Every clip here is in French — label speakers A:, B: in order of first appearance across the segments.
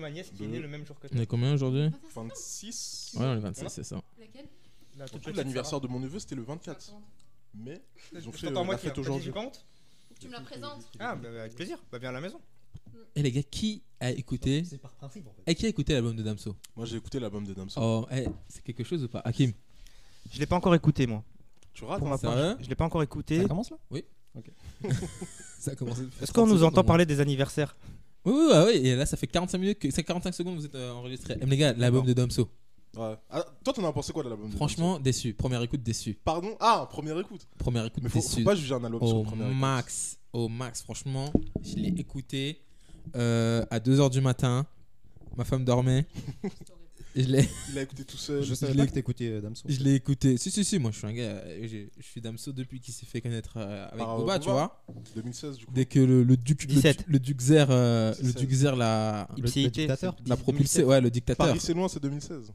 A: ma nièce qui est
B: Deux.
A: née le même jour que toi.
C: On est combien aujourd'hui
B: 26.
C: Ouais, on est 26, c'est ça.
D: Laquelle
A: La toute
B: En tout,
A: petite,
B: L'anniversaire de mon neveu, c'était le 24.
D: 50.
B: Mais
A: Sarah.
B: ils ont
A: Je
B: fait
A: t'entends
B: euh,
A: moi
B: la
A: qui
B: fête
A: fête
B: aujourd'hui.
A: aujourd'hui. compte
D: Faut que tu me la présentes.
A: Ah, bah, bah, avec plaisir. Bah, viens à la maison.
E: Eh les gars, qui a écouté
F: C'est par principe en fait.
E: Eh qui a écouté l'album de Damso
B: Moi, j'ai écouté l'album de Damso.
E: Oh, eh, c'est quelque chose ou pas Hakim
A: Je l'ai pas encore écouté, moi.
B: Tu rates
A: Pour
B: hein.
A: ma part,
E: Sérieux
A: je- je l'ai pas encore écouté.
F: Ça commence là
E: Ça a commencé. depuis
A: Est-ce qu'on
E: 30
A: nous
E: secondes,
A: entend
E: hein.
A: parler des anniversaires
E: Oui, oui, bah oui, oui, Et là, ça fait 45 minutes, que... c'est 45 secondes, que vous êtes euh, enregistrés. Eh, les gars, l'album de Damso.
B: Ouais. Ah, Toi, t'en as pensé quoi de l'album de
E: Franchement, déçu. Première écoute, déçu.
B: Damso Pardon Ah, première écoute.
E: Première écoute,
B: Mais faut,
E: déçu.
B: faut pas juger un album sur
E: au
B: une première écoute.
E: max, au max. Franchement, je l'ai écouté euh, à 2h du matin. Ma femme dormait. Et je l'ai,
B: Il a écouté tout seul.
F: Je savais pas que t'écoutais euh, Damso.
E: je l'ai écouté. Si, si, si, moi je suis un gars. euh, j'ai- Je suis Damso depuis qu'il s'est fait connaître euh, avec
B: Par, euh,
E: Boba, tu
B: Booba.
E: vois.
B: 2016, du coup.
E: Dès que le, le duc, le,
A: 17.
E: duc- le duc Zer, euh, le
B: 16.
E: duc Zer l'a,
F: Le- le
A: Ipséité,
F: dictateur.
A: c'est-
E: l'a propulsé, ouais, le dictateur.
B: Paris, c'est loin, c'est 2016.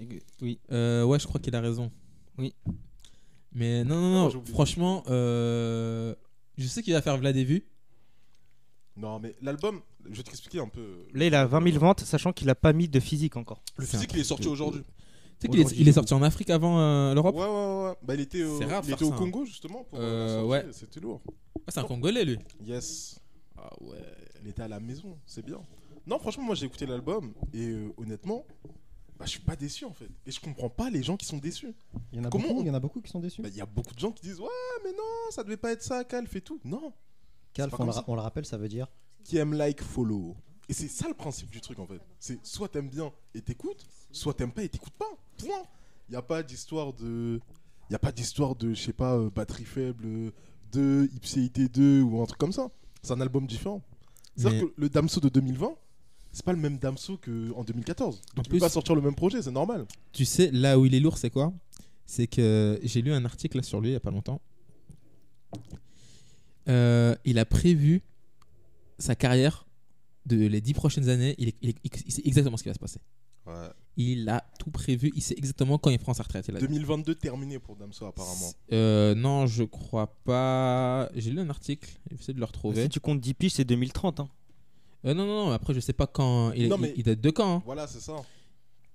E: Oui. ouais, je crois qu'il a raison.
A: Oui.
E: Mais non,
B: Ah,
E: non,
B: j'ai
E: non.
B: oublié.
E: Franchement, euh, je sais qu'il va faire Vlad et vu.
B: Non, mais l'album, je vais t'expliquer un peu.
A: Là, il a 20 000 ventes, sachant qu'il a pas mis de physique encore.
B: Le
E: C'est un
B: physique, il est sorti
E: truc de
B: aujourd'hui.
E: Tu sais qu'il est,
B: Aujourd'hui,
E: il est
B: oui.
E: sorti en Afrique avant euh,
B: Ouais,
E: l'Europe
B: ouais, ouais. Bah, il était au,
E: C'est rare de
B: il
E: faire
B: était au
E: ça, hein.
B: Congo, justement. Pour
E: Euh,
B: la sortie,
E: ouais.
B: C'était lourd.
E: Ah, C'est un Congolais, lui.
B: Yes.
E: Ah ouais.
B: Il était à la maison, c'est bien. Non, franchement, moi j'ai écouté l'album et euh, honnêtement, bah, je suis pas déçu en fait. Et je comprends pas les gens qui sont déçus.
F: Il y en a
B: Comment
F: beaucoup,
B: on-
F: il y en a beaucoup qui sont déçus.
B: Bah, Il y a beaucoup de gens qui disent Ouais, mais non, ça devait pas être ça, Calf et tout. Non.
F: Calf,
B: pas
F: on,
B: comme
F: le
B: ça.
F: ra- on le rappelle, ça veut dire.
B: Qui aime, like, follow. Et c'est ça le principe du truc en fait. C'est soit t'aimes bien et t'écoutes, soit t'aimes pas et t'écoutes pas. Point. Il y a pas d'histoire de. Il y a pas d'histoire de, je sais pas, euh, batterie faible 2, ipséité 2 ou un truc comme ça. C'est un album différent. C'est-à-dire
E: Mais-
B: que le Damso de 2020, c'est pas le même Damso qu'en 2014.
E: En
B: Donc il
E: plus-
B: peut pas sortir le même projet, c'est normal.
E: Tu sais, là où il est lourd, c'est quoi C'est que j'ai lu un article là, sur lui il y a pas longtemps. Euh, il a prévu sa carrière de les dix prochaines années. Il, est- il est- il sait exactement ce qui va se passer. Il a tout prévu. Il sait exactement quand il prend sa retraite. Il a dit.
B: 2022 terminé pour Damso apparemment.
E: Euh, non, je crois pas. J'ai lu un article. J'essaie de le retrouver.
A: Si tu comptes 10 piges, c'est 2030. hein.
E: Euh, non, non, non. Après, je sais pas quand. Il,
B: Non,
E: il-
B: mais-
E: il date de quand hein.
B: Voilà, c'est ça.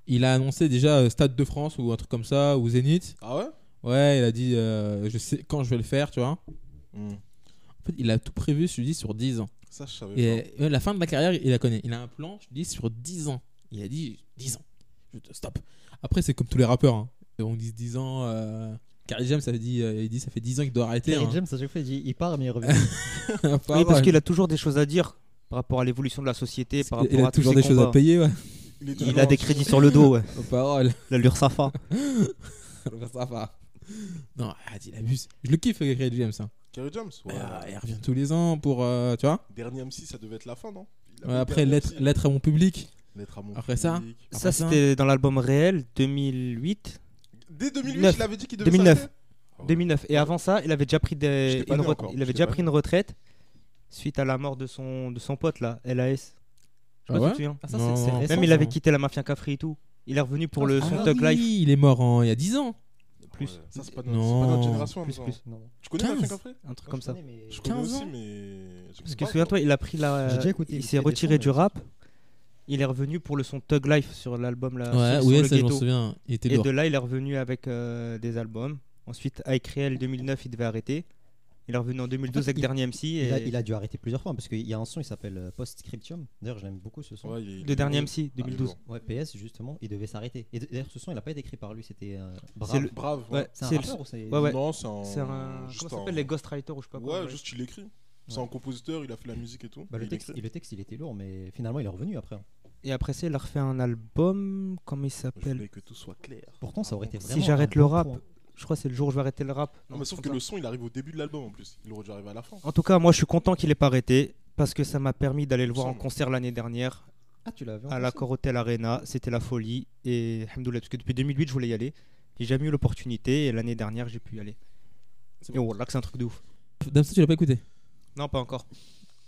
E: Il a annoncé déjà euh, Stade de France ou un truc comme ça, ou Zénith.
B: Ah ouais
E: Ouais, il a dit euh, je sais quand je vais le faire, tu vois. En fait, il a tout prévu, je te dis, sur 10 ans.
B: Hmm. Ça, je savais pas.
E: Et euh, la fin de la carrière, il la connaît. Il a un plan, je te dis, sur 10 ans. Il a dit 10 ans. Je te stop. Après, c'est comme tous les rappeurs. hein. On dit 10 ans. Euh... Carrie James, ça, veut dire, euh, il dit, ça fait 10 ans qu'il doit arrêter.
F: Terry
E: hein.
F: James, à chaque fois, il, dit, il part mais il revient.
E: Pas
A: oui, parce
E: vrai.
A: qu'il a toujours des choses à dire par rapport à l'évolution de la société, par rapport
E: Il a
A: à tous
E: toujours
A: ces
E: des choses à
A: combats.
E: payer, ouais.
B: Il, est
A: Il
B: toujours
A: a des
B: en-
A: crédits sur le dos, ouais.
E: Aux paroles.
A: la Lursafa.
E: Ça va. Non, arrête, il abuse. Je le kiffe, Carrie James. hein.
B: Kerry James ouais.
E: Ah, il revient tous les ans pour. euh, tu vois
B: Dernier MC, ça devait être la fin, non Il a
E: Ouais,
B: fait
E: Après,
B: dernier
E: lettre,
B: MC.
E: lettre à mon public.
B: Lettre à mon
E: Après ça
B: public.
A: Ça, c'était dans l'album réel 2008,
B: Dès 2008,
A: Neuf.
B: il avait dit qu'il devait
A: 2009.
B: s'arrêter
A: 2009. Et avant ça, il avait déjà pris des,
B: J'étais pas
A: une,
B: né
A: re-
B: encore,
A: il avait
B: j'étais
A: déjà
B: pas
A: pris
B: né.
A: une retraite suite à la mort de son de son pote là, LAS. Je
E: Ah
A: me
E: ouais
A: souviens.
F: Ah, ça,
E: Non,
F: c'est-
E: non,
F: c'est
E: non.
F: récent,
A: Même il avait
F: ça.
A: quitté la mafia Cafri et tout. Il est revenu pour le
F: Ah,
A: son
F: oui.
A: Tug Life.
E: Oui, il est mort en- il y a 10 ans.
A: Plus.
B: Ouais, Ça, c'est pas, de- c'est
E: Non.
B: pas de notre génération.
A: Plus,
B: ça.
A: plus.
F: Non, non.
B: Tu connais Mafia
E: 15.
B: Café
A: Un truc comme ça.
F: Je connais, mais-
B: Je connais
E: ans.
B: aussi, mais. je
A: Parce que
B: comprends pas.
A: souviens-toi, il a pris la.
F: J'ai déjà écouté,
A: il
F: il
A: s'est
F: fait des
A: retiré
F: sons,
A: du
F: mais-
A: rap. Il est revenu pour le son Tug Life sur l'album là.
E: Ouais,
A: Ah, sur- sur
E: oui,
A: le
E: ça, je m'en
A: ghetto.
E: souviens. Il était
A: Et
E: lourd.
A: de là, il est revenu avec euh, des albums. Ensuite, avec Réel 2009, il devait arrêter. Il est revenu en 2012
F: En fait,
A: avec
F: il-
A: Dernier MC. Et
F: Il a, il a dû arrêter plusieurs fois hein, parce qu'il y a un son, il s'appelle euh, Postscriptium. D'ailleurs, je l'aime beaucoup ce son.
B: Ouais, il- il
A: De
B: est
A: Dernier
B: lourd.
A: MC 2012.
B: Ah,
F: Ouais, PS justement, il devait s'arrêter. Et d- d'ailleurs, ce son, il n'a pas été écrit par lui, c'était euh, Brave.
B: il
A: C'est
B: est
A: le-
B: lourd. Brave. hein.
A: ouais,
F: C'est un
A: c'est le-
F: rappeur ou c'est.
A: ouais, ouais.
B: Non, c'est un.
A: C'est un.
B: juste
A: Comment
B: un-
A: ça s'appelle les ghostwriters ou je sais pas quoi
B: Ouais, juste il écrit. C'est
F: Ouais.
B: un compositeur, il a fait la musique et tout.
F: Bah, le,
B: Il
F: texte,
B: écrit.
F: le texte, il était lourd, mais finalement, il est revenu après. hein.
A: Et après ça, il a refait un album. Comment il
B: Je
A: s'appelle
B: voulais que tout soit clair.
F: Pourtant, ça aurait été
A: Ah, Si
F: vraiment.
A: j'arrête
F: un
A: le
F: bon
A: rap.
F: point.
A: Je crois que c'est le jour où je vais arrêter le rap.
B: Non, mais sauf
A: c'est
B: que
A: ça.
B: le son, il arrive au début de l'album en plus. Il aurait dû arriver à la fin.
A: En tout cas, moi, je suis content qu'il ait pas arrêté. Parce que ça m'a permis d'aller le voir en
B: Ensemble.
A: concert l'année dernière
F: Ah, tu l'avais
A: à
F: en concert
A: l'Accor Hotel Arena. C'était la folie. Et Alhamdoulilah, parce que depuis 2008, je voulais y aller. J'ai jamais eu l'opportunité. Et l'année dernière, j'ai pu y aller.
E: C'est
A: Et oh là, que c'est un truc de ouf.
E: Damso, tu l'as pas écouté
A: Non, pas encore.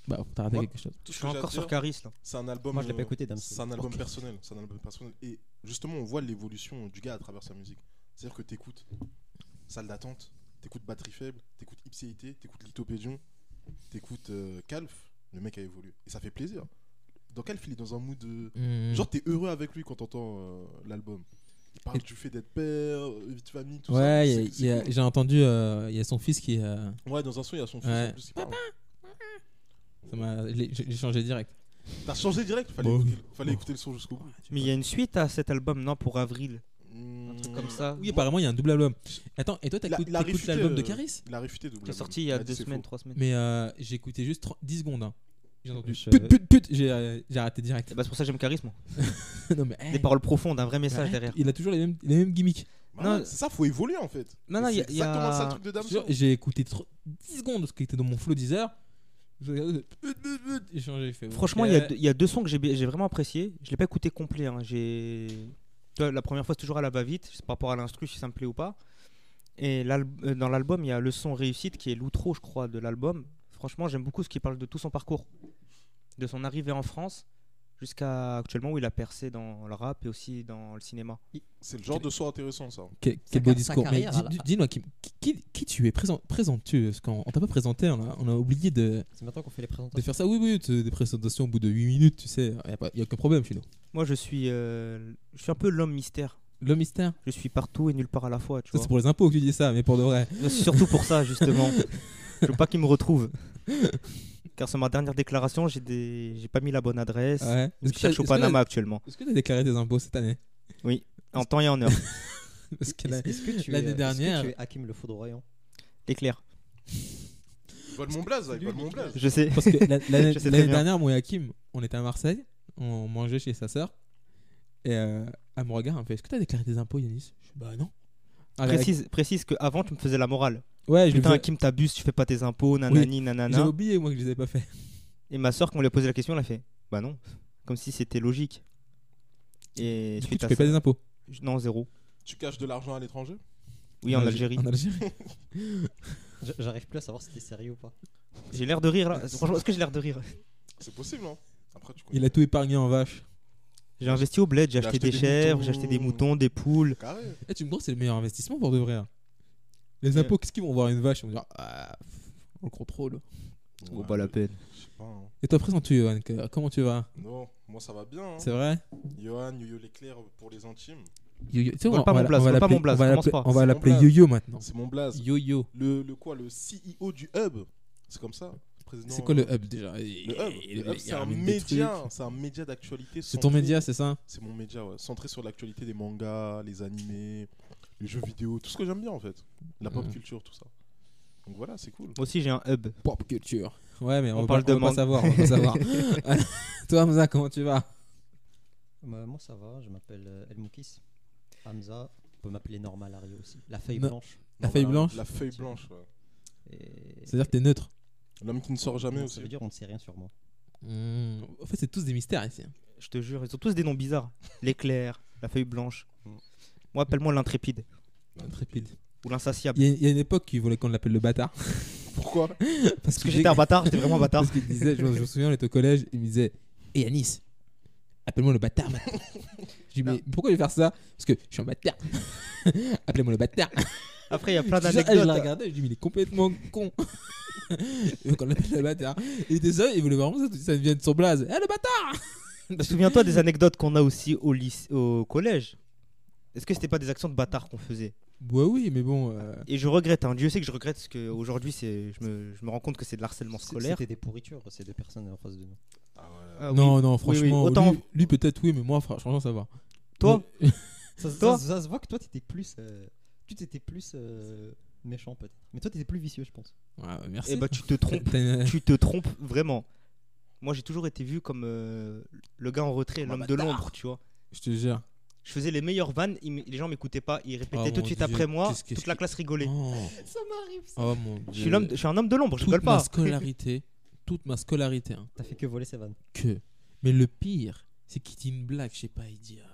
E: Bah, t'as raté
B: Moi
E: quelque chose.
B: Tout
A: Je
B: ce
A: suis
B: que j'ai à
A: encore
B: dire,
A: sur Caris là.
B: C'est un album.
F: Moi, je l'ai pas
B: euh,
F: écouté, Dams.
B: C'est un album personnel, c'est un album personnel. Et justement, on voit l'évolution du gars à travers sa musique. C'est-à-dire que t'écoutes Salle d'attente, t'écoutes Batterie faible, t'écoutes Ipséité, t'écoutes Lithopédion, t'écoutes euh, Calf. Le mec a évolué. Et ça fait plaisir. dans quel fil il est Dans un mood de.
E: Hmm.
B: Genre, t'es heureux avec lui quand t'entends euh, l'album. Il parle
E: Et-
B: du fait d'être père, euh, vie de famille, tout ça.
E: ouais, il y a-
B: C'est- c'est
E: il y a-
B: cool.
E: j'ai entendu, euh, il y a son fils qui. euh,
B: Ouais, dans un son, il y a son fils
E: Ouais.
B: en plus qui parle.
E: ça m'a- je l'ai- j'ai changé direct.
B: T'as changé direct Fallait,
E: Bon.
B: écouter, fallait
E: Bon.
B: écouter le son jusqu'au bout.
A: Mais il y a une suite à cet album, non Pour avril.
B: Mmh.
A: Un truc comme ça.
E: Oui, apparemment, il y a un double album. Attends, et toi,
B: Il a-
E: t'écoutes
B: il a
E: t'écoutes
B: réfuté,
E: l'album de
B: euh,
E: Caris
B: Il a réfuté double.
A: Qui est
B: album.
A: sorti il y a
B: dit,
A: deux
B: c'est
A: semaines,
B: faux.
A: trois semaines.
E: Mais euh, j'ai écouté juste 30 10 secondes. hein. J'ai entendu.
F: Je-
E: Put, put, put, j'ai euh, j'ai arrêté direct.
A: Eh
B: Bah,
A: ben, c'est pour ça que j'aime Charisme.
E: non, mais, hey,
A: Des paroles profondes, un vrai
E: mais
A: message
E: arrête,
A: derrière.
E: Il a toujours les mêmes, les mêmes gimmicks.
B: Bah
A: Non.
B: ouais, C'est ça, faut évoluer en fait.
E: Non, non,
B: C'est
E: il y a- il y a-
B: exactement ça le truc de Damso.
E: Genre, J'ai écouté tro- 10 secondes ce qui était dans mon flow Deezer. Je regardais, put, put, put, J'ai changé. j'ai fait,
A: Franchement,
E: ok.
A: il y a deux- il y, a deux sons que j'ai bi- j'ai vraiment apprécié. Je l'ai pas écouté complet. hein. J'ai Tu vois, la première fois c'est toujours à la va-vite, c'est par rapport à l'instru si ça me plaît ou pas. Et l'al- euh, dans l'album, il y a le son réussite qui est l'outro, je crois, de l'album. Franchement, j'aime beaucoup ce qui parle de tout son parcours, de son arrivée en France jusqu'à actuellement où il a percé dans le rap et aussi dans le cinéma.
B: C'est le genre de son intéressant ça.
E: Quel, quel
F: Sa
E: beau
F: car- sa
E: discours. Mais
F: carrière,
E: dis-
F: à la-
E: dis- dis-nous, Hakim, qui, qui- qui tu es présent, présente-tu Parce qu'on on t'a pas présenté, on a, on a oublié de,
F: C'est maintenant qu'on fait les
E: de
F: présentations.
E: faire ça. Oui, oui, tu- des présentations au bout de 8 minutes, tu sais. Il n'y a, aucun problème chez nous.
A: Moi, je suis, euh, je suis un peu l'homme mystère.
E: Le mystère.
A: Je suis partout et nulle part à la fois. Tu
E: Ça,
A: vois.
E: c'est pour les impôts que tu dis ça, mais pour de vrai.
A: C'est Euh, Surtout pour ça, justement. Je veux pas qu'ils me retrouvent. Car sur ma dernière déclaration, j'ai des... j'ai pas mis la bonne adresse.
E: Ouais.
A: Je
E: Est-ce que
A: cherche
E: t'as-
A: au
E: est-ce que
A: Panama actuellement.
E: t'as- Est-ce que tu as déclaré tes impôts cette année
A: En temps et en heure.
E: Parce que là-
F: Est-ce est-ce que tu es,
E: l'année
F: est-ce que
E: dernière-
F: tu es Hakim le foudroyant
A: Éclair.
B: Ils volent mon blaze, là, ils volent mon blaze.
A: Je sais.
E: Parce que la- l'année
A: Je sais très
E: l'année
A: bien.
E: dernière, moi et Hakim, on était à Marseille, on mangeait chez sa sœur, et euh, elle me regarde, elle me fait Est-ce que t'as déclaré tes impôts, Yanis Je dis Bah non. Ah, elle-
A: Précise, précise que avant tu me faisais la morale.
E: Ouais, je lui
A: Putain,
E: fais-
A: Kim t'abuses, tu fais pas tes impôts, nanani,
E: J'avais
A: nanana.
E: oublié, moi, que je les avais pas fait.
A: Et ma soeur, quand on lui a posé la question, elle a fait Bah non. Comme si c'était logique. Et
E: Du coup,
A: suite
E: tu
A: à
E: payes pas
A: ça-
E: des Ah, impôts.
A: Non, zéro.
B: Tu caches de l'argent à l'étranger
A: Oui, en Algérie.
E: En Algérie.
F: J- J'arrive plus à savoir si t'es sérieux ou pas.
A: J'ai l'air de rire là. Franchement, est-ce que j'ai l'air de rire
B: C'est possible, hein Après, tu
E: Il a tout épargné en vache.
A: J'ai investi au bled, j'ai
B: J'ai
A: acheté
B: acheté
A: des
B: des
A: chèvres,
B: moutons.
A: j'ai acheté des moutons, des poules.
B: Carré.
E: Et Eh, tu me crois que c'est le meilleur investissement pour de vrai hein Les
A: Ouais.
E: impôts, qu'est-ce qu'ils vont voir une vache Ils vont dire ah, pff, on le contrôle.
A: Ça vaut pas la peine.
B: Je sais pas. hein.
E: Et toi, présente-tu, Johan que- Comment tu vas
B: Non, moi ça va bien. Hein.
E: C'est vrai
B: Johan, Yo-Yo l'éclair pour les intimes.
E: Yo-yo. Tu sais,
A: Vole pas mon
E: la-
A: blaze, vole pas
E: l'appeler-
A: mon blaze,
E: on va
A: commence
E: l'appeler-
A: pas.
E: on va
B: C'est mon
E: l'appeler
B: blaze.
E: Yo-Yo maintenant.
B: C'est mon blaze.
E: Yo-Yo.
B: Le, le quoi Le CEO du Hub C'est comme ça président,
E: C'est quoi le
B: euh,
E: hub déjà
B: Le Hub, Le Hub, c'est un média.
E: média.
B: C'est un média d'actualité.
E: C'est ton
B: centré-
E: média, c'est ça
B: C'est mon média, ouais. Centré sur l'actualité des mangas, les animés, les jeux vidéo, tout ce que j'aime bien en fait. La pop
E: Mhm.
B: culture, tout ça. Donc voilà, c'est cool.
A: Moi aussi, j'ai un hub.
E: Pop culture. Ouais, mais on,
A: On
E: va
A: parle
E: pas,
A: de
E: on va pas
A: manga.
E: savoir. On va pas savoir. Toi, Hamza, comment tu vas
F: Bah, moi ça va, je m'appelle euh, El Moukis. Hamza, on peut m'appeler Normal Ario aussi. La feuille
E: Non.
F: blanche.
E: La
B: Non,
E: feuille
B: voilà,
E: blanche
B: La feuille blanche, ouais.
F: Et-
E: C'est-à-dire que t'es neutre.
B: L'homme qui ne sort jamais
F: Non,
B: aussi.
F: Ça veut dire on ne sait rien sur moi.
E: Hmm. En fait, c'est tous des mystères ici. hein.
A: Je te jure, ils ont tous des noms bizarres. L'éclair, la feuille blanche.
F: Mm.
A: Moi, appelle-moi l'intrépide
E: Intrépide.
A: ou l'insatiable.
E: Il y, a- il y a une époque qui voulait qu'on l'appelle le bâtard.
B: Pourquoi
E: Parce
A: Parce que j'étais un bâtard, j'étais vraiment un bâtard.
E: Parce qu'il disait, je, me- je me souviens, on était au collège, il me disait Hé Yanis, appelle-moi le bâtard maintenant. je lui dis Mais pourquoi je vais faire ça Parce que je suis un bâtard. Appelez-moi le bâtard.
A: Après, il y a plein
E: Je te jure, Je la
A: d'anecdotes.
E: regardais, je lui dis Mais il est complètement con. Donc on l'appelle le bâtard. Il était seul, il voulait vraiment ça, ça devienne son blaze. Eh le bâtard
A: Souviens-toi des anecdotes qu'on a aussi au, lycée, au collège. Est-ce que c'était pas des actions de bâtard qu'on faisait
E: Ouais, oui, mais bon. euh,
A: Et je regrette, hein. Dieu sait que je regrette parce qu'aujourd'hui, je me, je me rends compte que c'est de l'harcèlement
F: C'est-
A: scolaire.
F: C'était des pourritures, ces deux personnes en face de nous.
B: Ah, voilà.
A: Ah oui.
E: non, non,
A: oui,
E: franchement.
A: autant-
E: Lui, lui, peut-être, oui, mais moi, franchement, ça va.
A: Toi
F: Ça, se-
A: Toi
F: ça se- ça se voit que toi t'étais plus. euh, tu t'étais plus euh, méchant peut-être. Mais toi t'étais plus vicieux, je pense.
E: Ouais, merci.
A: Eh bah, tu te trompes.
E: T'as une-
A: tu te trompes vraiment. Moi, j'ai toujours été vu comme euh, le gars en retrait, l'homme de l'ombre, tu vois.
E: Je te jure.
A: Je faisais les meilleures vannes, ils me- les gens m'écoutaient pas, ils répétaient
E: Oh
A: tout
E: mon
A: de suite
E: Dieu,
A: après moi,
E: qu'est-ce que-
A: toute la classe rigolait.
E: Oh.
F: Ça m'arrive ça.
E: Oh mon
A: Je
E: dieu.
A: suis, l'homme de- je suis un homme de l'ombre, je
E: toute
A: rigole pas.
E: ma scolarité, toute ma scolarité, hein,
F: T'as fait que voler ces vannes.
E: que. Mais le pire, c'est qu'il dit une blague, je sais pas, il dit. euh,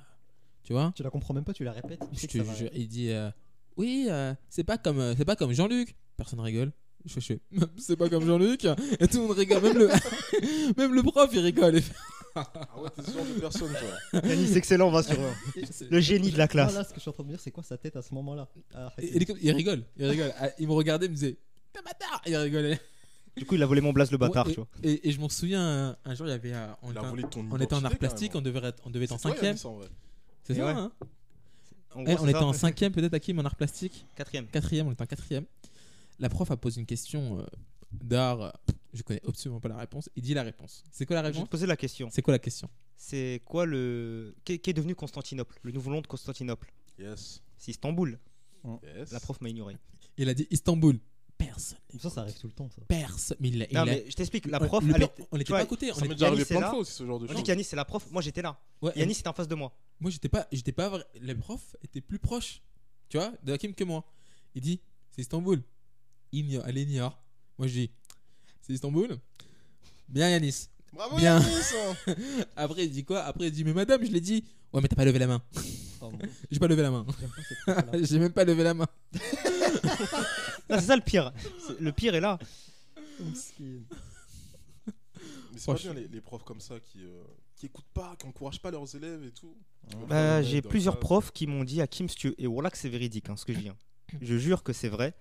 E: tu vois
F: Tu la comprends même pas, tu la répètes. tu
E: Je
F: sais que
E: te
F: ça va-
E: jure, il dit. euh, oui, euh, c'est pas comme, euh, c'est pas comme Jean-Luc. Personne rigole. Je fais, je fais, c'est pas comme Jean-Luc. Et tout le monde rigole. Même le, même le prof, il rigole. Il fait,
B: Ah ouais, t'es ce genre de personne, toi.
A: Yannis, excellent, on va sur euh, le génie de la
F: Non,
A: classe.
F: là, ce que je suis en train de dire, c'est quoi sa tête à ce moment-là Ah,
E: il, il est comme- il rigole. Il rigole. Ah, Il me regardait, il me disait. T'es un bâtard Il rigolait.
A: Du coup, il a volé mon blaze le bâtard,
E: Ouais, et,
A: tu vois.
E: Et, et je m'en souviens, un, un jour, il y avait. euh, on,
B: Il a
E: était, en-
B: volé ton
E: on était en art
B: identité,
E: plastique, on
B: carrément.
E: devait être, on devait être en
B: C'est toi,
E: cinquième.
B: Yanis, en vrai.
E: C'est
A: Et
E: ça,
A: ouais.
E: hein
A: En
E: Eh,
A: gros,
E: On
A: c'est
E: était
A: ça.
E: en cinquième, peut-être, à Kim, en art plastique.
A: Quatrième.
E: Quatrième, on était en quatrième. La prof a posé une question euh, d'art. euh, Je connais absolument pas la réponse. Il dit la réponse. C'est quoi la
A: Je vais
E: réponse
A: te poser la question.
E: C'est quoi la question
A: C'est quoi le. Qu'est qu'est devenu Constantinople Le nouveau nom de Constantinople
B: Yes.
A: C'est Istanbul.
B: yes.
A: La prof m'a ignoré.
E: Il a dit Istanbul. Personne.
F: Ça, ça arrive tout le temps, ça.
E: Personne. Mais il l'a- il
A: Non,
E: l'a-
A: mais je t'explique. La
E: on-
A: prof,
E: le
A: elle
E: pire,
A: était.
E: on n'était
A: tu
E: pas
A: vois,
E: à côté. On
B: Ça m'est
E: était-
B: déjà arrivé
A: Yanis
B: plein
A: est
B: de
A: là.
B: fois aussi, ce genre de
A: On
B: choses.
A: dit qu'Yanis, c'est la prof. Moi, j'étais là.
E: ouais,
A: Yanis était en face de moi.
E: moi j'étais pas j'étais pas vrai- les profs étaient plus proches tu vois de Hakim que moi il dit c'est Istanbul ignore elle ignore moi je dis c'est Istanbul bien Yanis
B: Bravo,
E: Bien.
B: Yanis, hein.
E: après il dit quoi après il dit mais madame je l'ai dit ouais mais t'as pas levé la main
F: Oh, mon-
E: j'ai pas levé la main
F: j'aime pas cette
A: Ah
F: phrase-là.
E: j'ai même pas levé la main
A: Non, c'est ça le pire. C'est- Le pire est là.
E: Euh,
B: Mais c'est pas
E: Franchement.
B: bien les, les profs comme ça qui, euh, qui écoutent pas, qui encouragent pas leurs élèves et tout.
A: Bah,
B: Ouais,
A: j'ai
B: dans
A: plusieurs
B: ça,
A: profs qui m'ont dit Hakim, si tu... et voilà que c'est véridique hein, ce que je dis. hein. Je jure que c'est vrai.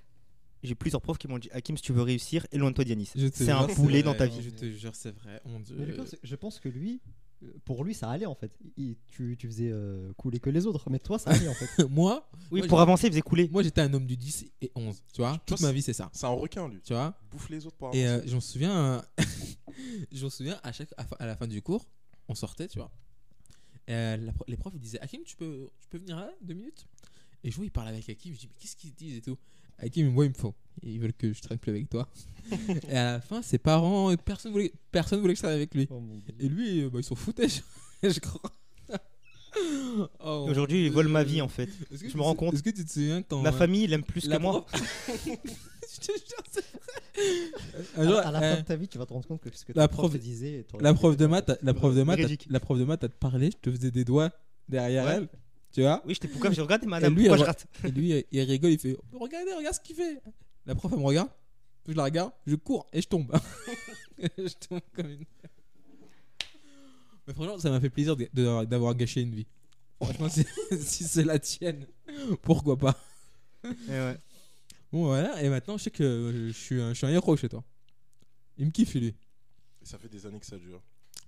A: J'ai plusieurs profs qui m'ont dit Hakim, si tu veux réussir, éloigne-toi d'Yanis.
E: Je te
A: C'est un
E: jure,
A: boulet
E: vrai.
A: dans ta vie.
E: je te jure c'est vrai mon dieu
F: Mais le pire, c'est que je pense que lui, euh, pour lui, ça allait en fait. Il- tu, tu faisais euh, couler que les autres, mais toi, ça allait en fait.
E: moi
A: Oui,
E: Moi,
A: pour
E: j'ai-
A: avancer, il faisait couler.
E: moi j'étais un homme du 10 et 11 tu vois toute ma vie c'est ça
B: C'est un requin, lui.
E: tu vois
B: Il bouffe les autres par
E: Et euh, je me souviens, euh, je me souviens à chaque à fa- à la fin du cours, on sortait, tu vois. Et, euh, la pro- les profs ils disaient Hakim, tu peux, tu peux venir là deux minutes Et je vois, il parle avec Hakim, je dis Mais qu'est-ce qu'ils se disent et tout Hakim, moi, il me faut. Ils veulent que je traîne plus avec toi. et à la fin, ses parents, personne voulait, personne voulait que je traîne avec lui.
F: Oh, mon Dieu.
E: Et lui, euh, bah, ils s'en foutaient, je, je crois. Oh, mon
A: Aujourd'hui, ils
E: Dieu.
A: volent ma vie en fait.
E: Est-ce que
A: je
E: tu
A: me
E: te-
A: rends compte.
E: Est-ce que tu te souviens quand.
A: La
E: euh,
A: famille, il aime plus
E: la
A: que moi.
E: prof- je te jure, c'est vrai.
F: à,
E: Un jour,
F: à la
E: euh,
F: fin de ta vie, tu vas te rendre compte que ce que
E: la
F: ta prof
E: prof-
F: te disait. t'aurais
E: La
F: pu
E: prof
F: faire
E: de
F: en
E: maths,
F: fait.
E: la prof de maths,
A: Véridique.
E: la prof de maths, elle te parlait, je te faisais des doigts derrière
A: Ouais.
E: elle, tu vois.
A: Oui, j'étais pourquoi je regarde madame,
E: lui,
A: pourquoi
E: elle
A: je rate
E: voit- Et lui, il rigole, il fait Oh, regardez, regarde ce qu'il fait. La prof elle me regarde, je la regarde, je cours et je tombe. je tombe comme une. Mais franchement, ça m'a fait plaisir de- de- d'avoir gâché une vie. Franchement, si, si c'est la tienne, pourquoi pas.
A: Eh ouais.
E: Bon voilà, et maintenant je sais que je suis un, je suis un héros chez toi. Il me kiffe lui.
B: Et ça fait des années que ça dure.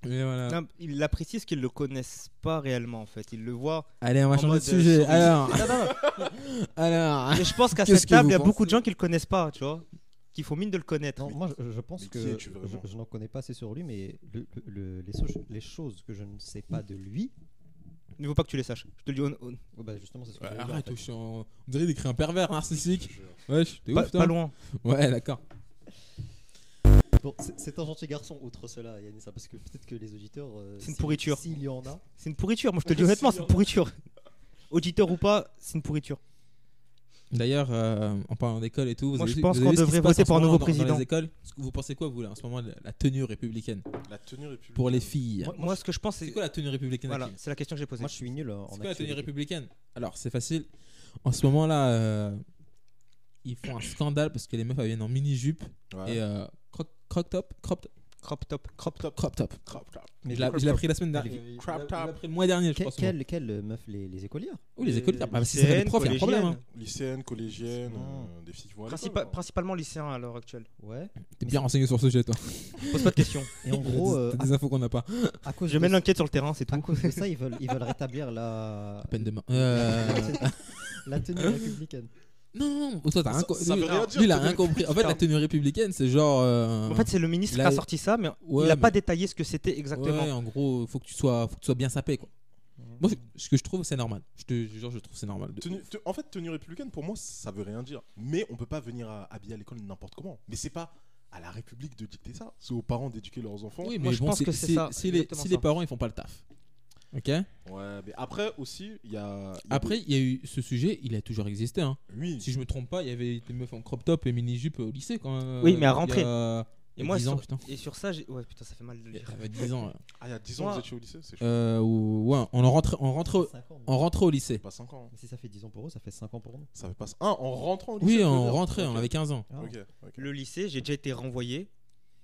E: Et voilà.
A: Non, il apprécie ce qu'ils le connaissent pas réellement en fait. Il le voit.
E: Allez, on va
A: En
E: changer de
A: mode, euh,
E: sujet.
A: souris.
E: Alors, alors.
A: Et je pense qu'à
E: Qu'est-ce
A: cette
E: que
A: table,
E: vous
A: il y a beaucoup
B: pensez
A: de gens qui le connaissent pas, tu vois. Qui font mine de le connaître.
F: Non, moi, je, je pense
B: mais
F: que
B: qui es-tu
F: je,
B: vraiment
F: je n'en connais pas assez sur lui, mais le- le- le- les, so- les choses que je ne sais pas de lui,
A: Il ne faut pas que tu les saches. Je te le dis hon- hon-
F: oh, bah, justement, c'est ce que
E: Ouais,
F: j'allais dire, en
E: arrête,
F: fait.
E: je suis en- on dirait d'écrire un pervers narcissique.
B: Je-
E: Wesh, t'es
A: pas,
E: ouf, toi.
A: pas loin.
E: Ouais, d'accord.
F: Bon, c'est- c'est un gentil garçon, outre cela, Yanissa, parce que peut-être que les auditeurs. euh,
A: C'est une
F: si-
A: pourriture.
F: S'il y en a.
A: C'est une pourriture. Moi, je te le dis honnêtement, c'est une pourriture. Auditeur ou pas, c'est une pourriture.
E: D'ailleurs, euh, en parlant d'école et tout, vous
A: Moi,
E: avez
A: je
E: vu-
A: pense
E: vous avez
A: qu'on
E: vu ce qui se
A: devrait
E: passe
A: voter
E: en ce
A: pour un
E: moment
A: nouveau
E: dans- dans les
A: président.
E: écoles Est-ce que vous pensez quoi, vous, là, en ce moment, de la tenue républicaine
B: La tenue républicaine.
E: pour les filles
A: Moi, moi, ce que je pense,
E: C'est
A: c'est.
E: quoi la tenue républicaine
A: Voilà,
E: Hakim
A: c'est la question que j'ai posée.
F: Moi, je suis nul en. en
E: C'est quoi la tenue
F: actualité.
E: républicaine Alors, c'est facile. En ce moment, là, euh, ils font un scandale parce que les meufs elles viennent en mini-jupe
B: Ouais.
E: et euh, croc- croc top, crop top,
A: Crop top.
E: crop top, crop top.
B: Crap, crap.
E: Mais je l'ai je l'ai appris la semaine dernière.
F: Crop
E: Je l'ai-
B: top.
E: je l'ai appris le mois dernier, je
F: Que-
E: crois. ce mois.
F: Quelle, quelle euh, meuf les, les écolières
E: Oh, les écolières. Bah, si c'est
A: Lycéennes,
E: les profs, il y a un problème. hein.
A: collégiennes.
B: Lycéennes, collégiennes,
F: Hmm.
B: euh, des filles qui vont à l'école,
A: Principa-
B: quoi.
A: Principalement lycéens à l'heure actuelle.
F: Ouais.
E: T'es bien renseigné sur ce sujet, toi.
A: Pose pas de questions.
F: Et en gros,
E: T'as
F: euh,
E: des- t'as des infos qu'on n'a pas.
F: à, à cause
A: Je
F: de
A: mène l'enquête sur le terrain, c'est
F: À
A: tout.
F: cause de ça, ils veulent, ils veulent rétablir la,
E: Peine de mort. Euh...
F: la tenue républicaine.
E: Non, non, non, toi, t'as rien
B: Ça-
E: compris.
B: ça veut
E: Lui, ah,
B: rien dire,
E: lui, il a
B: tenue
E: rien compris. En fait, la tenue républicaine, c'est genre. euh,
A: En fait, c'est le ministre
E: Là,
A: qui a sorti ça, mais
E: ouais,
A: il n'a
E: mais-
A: pas détaillé ce que c'était exactement.
E: Ouais, en gros, faut que tu sois, faut que tu sois bien sapé, quoi. Moi, je- ce que je trouve, c'est normal. Je te jure, je trouve c'est normal. de-
B: hein. Tenue- te- en fait, tenue républicaine, pour moi, ça veut rien dire. Mais on peut pas venir à- habiller à l'école n'importe comment. Mais c'est pas à la République de dicter ça. C'est aux parents d'éduquer leurs enfants.
E: Oui, mais
A: Moi, je
E: bon,
A: pense
E: c'est-
A: que c'est
E: c'est-
A: ça,
E: Si, les,
A: exactement
E: si les
A: ça.
E: parents, ils font pas le taf. Ok.
B: Ouais, mais après aussi, il y a. il y a
E: Après, il y a eu ce sujet, il a toujours existé. Hein.
B: des- Oui,
E: Si je me trompe pas, il y avait des meufs en crop top et mini jupe au lycée quand. euh,
A: Oui, mais à
E: il y a-
A: rentrer.
E: il y a 10 ans,
A: sur...
E: putain.
A: et sur ça, j'ai- ouais, putain, ça fait mal de le
E: Il
A: dire.
E: y avait 10 ans.
B: ah, il y a 10 ans,
A: Moi-
B: vous étiez au lycée C'est chaud.
E: Euh, ou- ouais, on en rentrait, on rentrait, au-
F: Cinq ans,
E: on rentrait au lycée.
B: C'est pas 5 ans. hein.
F: mais Si ça fait 10 ans pour eux, ça fait 5 ans pour nous.
B: Ça fait pas. Ah, en rentrant au lycée
E: Oui,
B: je veux
E: on
B: dire.
E: rentrait, on
B: Ok.
E: avait 15 ans.
F: Ah.
B: Ok, ok.
A: Le lycée, j'ai déjà été renvoyé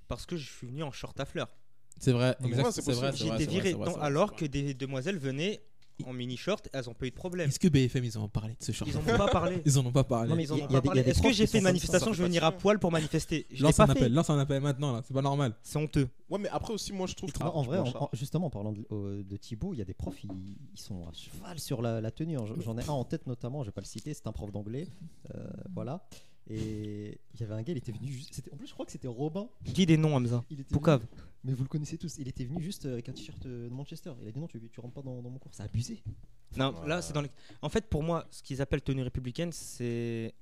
A: parce que je suis venu en short à fleurs.
E: C'est vrai,
B: mais
E: exact,
B: moi, c'est
E: c'est vrai,
B: possible.
E: c'est
A: J'ai
E: vrai,
A: été
E: c'est vrai,
A: viré
E: c'est vrai,
A: dans-
E: c'est vrai,
A: alors
E: c'est
A: que
E: vrai.
A: des demoiselles venaient en mini short, elles ont pas eu de problème.
E: Est-ce que BFM, ils en ont parlé de ce short
A: Ils en ont pas parlé.
E: Ils en ont pas parlé.
F: Non, mais ils en
A: Ils
F: ont
A: en ont
F: pas
A: pas
F: parlé.
A: parlé. Est-ce que j'ai fait une
F: une
A: manifestation Je vais venir à poil pour manifester. Je l'ai
E: Lance
A: pas
E: un
A: fait.
E: appel, lance un appel maintenant là, c'est pas normal.
A: C'est honteux.
B: Ouais, mais après aussi, moi je trouve.
F: En, en vrai,
B: Je
F: en-
B: pense à-
F: en- justement, en parlant de, euh, de Thibaut, il y a des profs, ils, ils sont à cheval sur la, la tenue. J'en- J'en ai un en tête notamment, je vais pas le citer, c'est un prof d'anglais. euh, voilà. Et il y avait un gars, il était venu juste. c'était- En plus, je crois que c'était Robin.
A: Dis des noms, Hamza.
F: Il était venu-
A: Poucave.
F: mais vous le connaissez tous, il était venu juste avec un t-shirt euh, de Manchester. Il a dit non, tu, tu rentres pas dans, dans mon cours, c'est abusé.
A: Non,
B: Ouais.
A: là, c'est dans les- En fait, pour moi, ce qu'ils appellent tenue républicaine, c'est.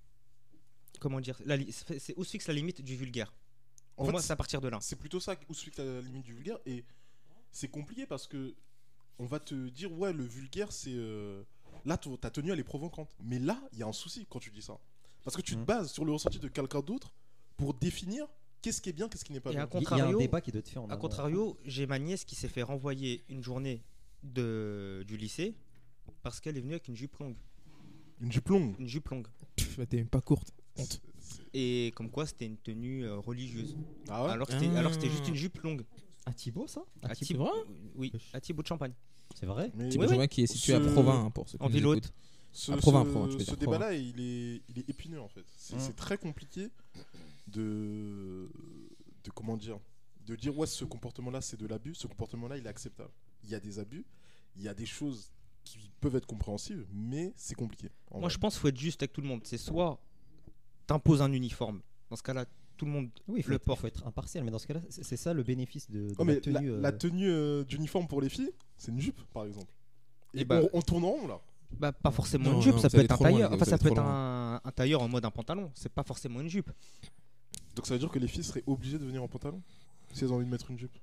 A: Comment dire la li- C'est c'est où se fixe la limite du vulgaire.
B: En
A: Pour
B: fait,
A: moi, c'est à partir de là.
B: C'est plutôt ça où se fixe la limite du vulgaire. Et c'est compliqué parce que on va te dire, ouais, le vulgaire, c'est. euh, Là, ton- ta tenue, elle est provocante. Mais là, il y a un souci quand tu dis ça. Parce que tu te
A: Mm.
B: bases sur le ressenti de quelqu'un d'autre pour définir qu'est-ce qui est bien, qu'est-ce qui n'est pas
A: Et
B: bien.
A: à
F: Il y- il y a un
A: contrario-
F: débat qui doit être fait en
A: A
F: amont.
A: contrario, j'ai ma nièce qui s'est fait renvoyer une journée de... du lycée parce qu'elle est venue avec une jupe longue.
B: Une jupe longue.
A: Une jupe longue.
E: Pff, bah, t'es même pas courte. Honte.
B: C'est-
A: Et comme quoi, c'était une tenue euh, religieuse.
B: Ah ouais
A: alors que c'était alors que c'était
E: Ah.
A: juste une jupe longue.
F: À Thibaut, ça
A: À
E: Thib-
A: Thibaut- euh,
E: vrai
A: Oui, à Thibaut de Champagne.
F: C'est vrai
B: Mais
E: Thibaut
B: ouais,
E: Chauvin qui est situé à
B: Ce-
E: Provins hein, pour ceux qui
A: En
E: nous
A: ville
E: écoutent.
A: haute.
B: Ce,
E: À Provins,
B: ce-
E: Provins, tu
B: ce
E: peux dire Provins.
B: débat-là, il est, il est épineux en fait.
A: Mmh.
B: C'est c'est très compliqué de, de comment dire, de dire ouais ce comportement-là c'est de l'abus, ce comportement-là il est acceptable. Il y a des abus, il y a des choses qui peuvent être compréhensibles, mais c'est compliqué. en
A: Moi,
B: vrai.
A: je pense qu'il faut être juste avec tout le monde. C'est soit t'imposes un uniforme. Dans ce cas-là, tout le monde.
F: Oui, il faut,
A: Le
F: être,
A: port.
F: faut être impartial, mais dans ce cas-là, c'est c'est ça le bénéfice de, de
B: Oh,
F: la
B: mais la,
F: tenue. euh,
B: la tenue euh, d'uniforme pour les filles, c'est une jupe par exemple. Et,
A: Et bah-
B: on, on tourne en rond là.
A: Bah, pas forcément
E: Non,
A: une jupe.
E: non,
A: ça
E: vous
A: peut
E: allez
A: être un
E: trop loin, les
A: tailleur.
E: gars,
A: enfin,
E: vous
A: ça
E: allez
A: peut
E: trop
A: être un, un tailleur en mode un pantalon. C'est pas forcément une jupe.
B: Donc ça veut dire que les filles seraient obligées de venir en pantalon si elles ont envie de mettre une jupe.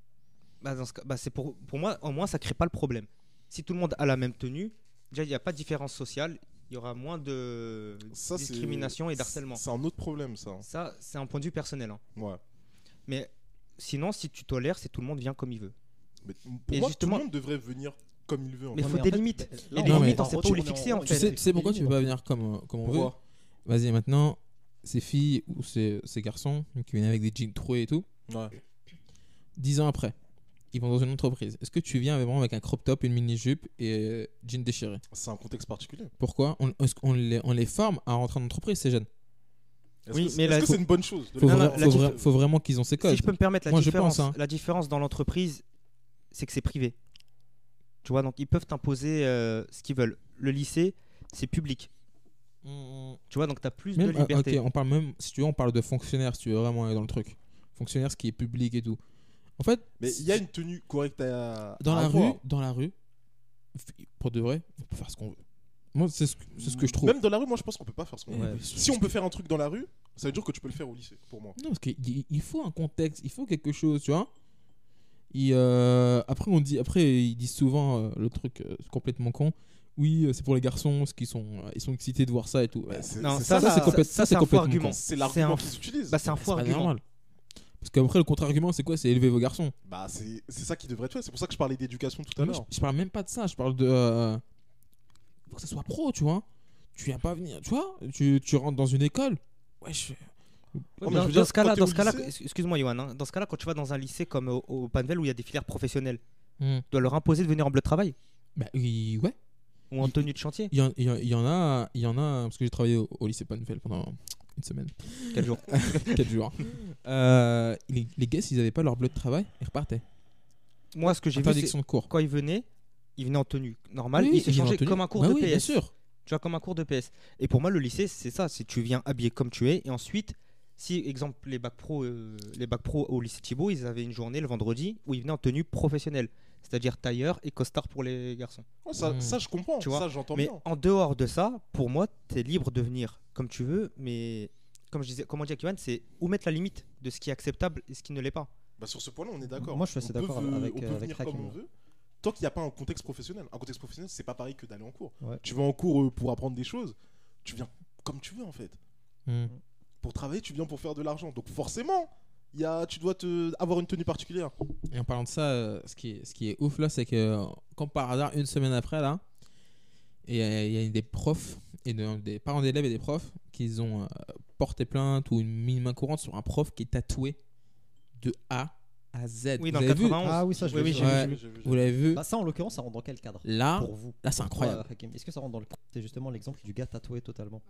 A: Bah, dans ce cas, bah, c'est pour, pour moi, au moins, ça crée pas le problème. Si tout le monde a la même tenue, déjà, il n'y a pas de différence sociale. Il y aura moins de
B: Ça, c'est-
A: discrimination et d'harcèlement.
B: C'est un autre problème ça. hein.
A: Ça, c'est un point de vue personnel. hein.
B: Ouais.
A: Mais sinon, si tu tolères, c'est tout le monde vient comme il veut.
B: Mais pour
A: Et
B: moi,
A: justement-
B: tout le monde devrait venir comme il veut. en
A: Mais
B: fait.
F: non,
A: faut
F: en
A: des
F: fait,
A: limites. Et
F: là, on
A: des
F: est en-
A: limites, on
F: on
A: sait
F: est
A: pas
F: en-
A: où les fixer, en
F: on est
E: Tu
A: fait.
E: sais, tu sais pourquoi tu peux
F: Élimine.
E: pas venir comme, euh, comme on veut
B: Pourquoi
E: Vas-y, maintenant, ces filles ou ces, ces garçons qui viennent avec des jeans troués et tout,
B: Ouais.
E: dix ans après, ils vont dans une entreprise. Est-ce que tu viens vraiment avec un crop top, une mini-jupe et euh, jeans déchirés
B: C'est un contexte particulier.
E: Pourquoi on, est-ce qu'on les, on les forme à rentrer en entreprise, ces jeunes
B: Est-ce
A: Oui,
B: que c'est-
A: mais
B: est-ce
A: là,
B: que
A: faut-
B: c'est une bonne chose de
E: faut,
B: le
A: Non,
E: vra-
B: faire
A: non,
E: faut
A: la
E: vra-
A: diff-
E: faut vraiment qu'ils ont ces codes.
A: Si je peux me permettre, la,
E: Moi, je
A: différence,
E: pense, hein.
A: la différence dans l'entreprise, c'est que c'est privé. Tu vois, donc ils peuvent t'imposer euh, ce qu'ils veulent. Le lycée, c'est public.
E: Mm,
A: Tu vois, donc tu as plus
E: Même- ah,
A: de liberté.
E: ok, on parle même, si tu veux, on parle de fonctionnaire, si tu veux vraiment aller dans le truc. Fonctionnaire, ce qui est public et tout. En fait,
B: Mais il y a une tenue correcte à.
E: dans
B: à
E: la
B: avoir.
E: rue, dans la rue, f- pour de vrai, on peut faire ce qu'on veut. Moi, c'est ce, que- c'est ce que je trouve.
B: Même dans la rue, moi, je pense qu'on peut pas faire ce qu'on veut.
E: Ouais.
B: Si on peut faire un truc dans la rue, ça veut dire que tu peux le faire au lycée, pour moi.
E: Non, parce qu'il il faut un contexte, il faut quelque chose, tu vois. Et, euh, après, on dit, après, ils disent souvent euh, le truc euh, complètement con. Oui, euh, c'est pour les garçons, parce qu'ils sont, euh, ils sont excités de voir ça et tout.
B: Bah,
E: Ouais, Bah, c'est-
A: Non,
E: ça,
A: ça,
E: c'est complète- ça, c'est
A: un faux
E: complètement
A: argument.
E: con.
B: c'est
A: c'est
B: l'argument
A: un-
B: qu'ils utilisent.
A: Bah, c'est un
E: c'est
A: faux
E: pas
A: argument.
E: normal. Parce qu'après, le contre-argument, c'est quoi C'est élever vos garçons.
B: Bah, c'est c'est ça qui devrait être fait. C'est pour ça que je parlais d'éducation tout à
E: Moi,
B: l'heure.
E: je, je parle même pas de ça, je parle de. euh, faut que ça soit pro, tu vois. Tu viens pas venir, tu vois. Tu, tu rentres dans une école. Ouais, je.
B: Non, mais je
A: dans,
B: veux
A: dans
B: dire,
A: ce cas-là,
B: quand t'es
A: dans
B: au
A: ce cas-là,
B: lycée-
A: ex- excuse-moi, Johan, hein, dans ce cas-là, quand tu vas dans un lycée comme au, au Panvel où il y a des filières professionnelles,
E: Hmm.
A: tu dois leur imposer de venir en bleu de travail
E: Bah, oui, ouais.
A: ou en
E: Il-
A: tenue de chantier.
E: Il y, en- il y en- il y en a, il y en a, parce que j'ai travaillé au, au lycée Panvel pendant une semaine,
A: Quel jour
E: 4 jours. Euh, les, les gars, s'ils n'avaient pas leur bleu de travail, ils repartaient.
A: Moi, ce que j'ai vu, c'est
E: Interdiction de cours.
A: quand ils venaient, ils venaient en tenue normale,
E: Oui,
A: ils se
E: oui,
A: changeaient
E: Anthony.
A: comme un cours
E: Bah
A: de
E: oui,
A: PS.
E: bien sûr.
A: Tu vois, comme un cours de PS. Et pour moi, le lycée, c'est ça. C'est tu viens habillé comme tu es. Et ensuite, si, exemple, les bacs pro, euh, les bacs pro au lycée Thibault, ils avaient une journée le vendredi où ils venaient en tenue professionnelle. C'est-à-dire tailleur et costard pour les garçons.
B: Ouais, ça,
E: Mm.
B: ça, je comprends.
A: Tu vois,
B: ça, j'entends
A: mais
B: bien.
A: en dehors de ça, pour moi, t'es libre de venir comme tu veux. Mais comme je disais, comme on dit avec Johan, c'est où mettre la limite de ce qui est acceptable et ce qui ne l'est pas.
B: Bah, sur ce point-là, on est d'accord.
F: Moi, je suis
B: On
F: assez
B: peut
F: d'accord
B: ve-
F: avec- euh,
B: On peut
F: avec
B: venir comme
F: Hakim.
B: on veut. Tant qu'il n'y a pas un contexte professionnel. Un contexte professionnel, c'est pas pareil que d'aller en cours.
F: Ouais.
B: Tu vas en cours euh, pour apprendre des choses. Tu viens comme tu veux, en fait.
E: Mm.
B: pour travailler, tu viens pour faire de l'argent. Donc forcément, il y a, tu dois te, avoir une tenue particulière.
E: Et en parlant de ça, euh, ce qui est, ce qui est ouf là, c'est que, euh, comme par hasard, une semaine après là, il y, a- il y a des profs, et de- des parents d'élèves et des profs, qui ont euh, porté plainte ou une mine main courante sur un prof qui est tatoué de A à Z.
A: Oui,
E: vous
A: dans
E: avez vu
A: 91.
F: Ah oui, ça je
A: Oui, oui,
F: l'ai vu.
A: j'ai vu,
E: Ouais.
A: j'ai vu.
E: Vous l'avez vu
F: Bah, ça, en l'occurrence, ça rentre dans quel cadre
E: Là,
F: Pour vous
E: là c'est Ah, incroyable.
F: Toi, Hakim, Est-ce que ça rentre dans le C'est justement l'exemple du gars tatoué totalement.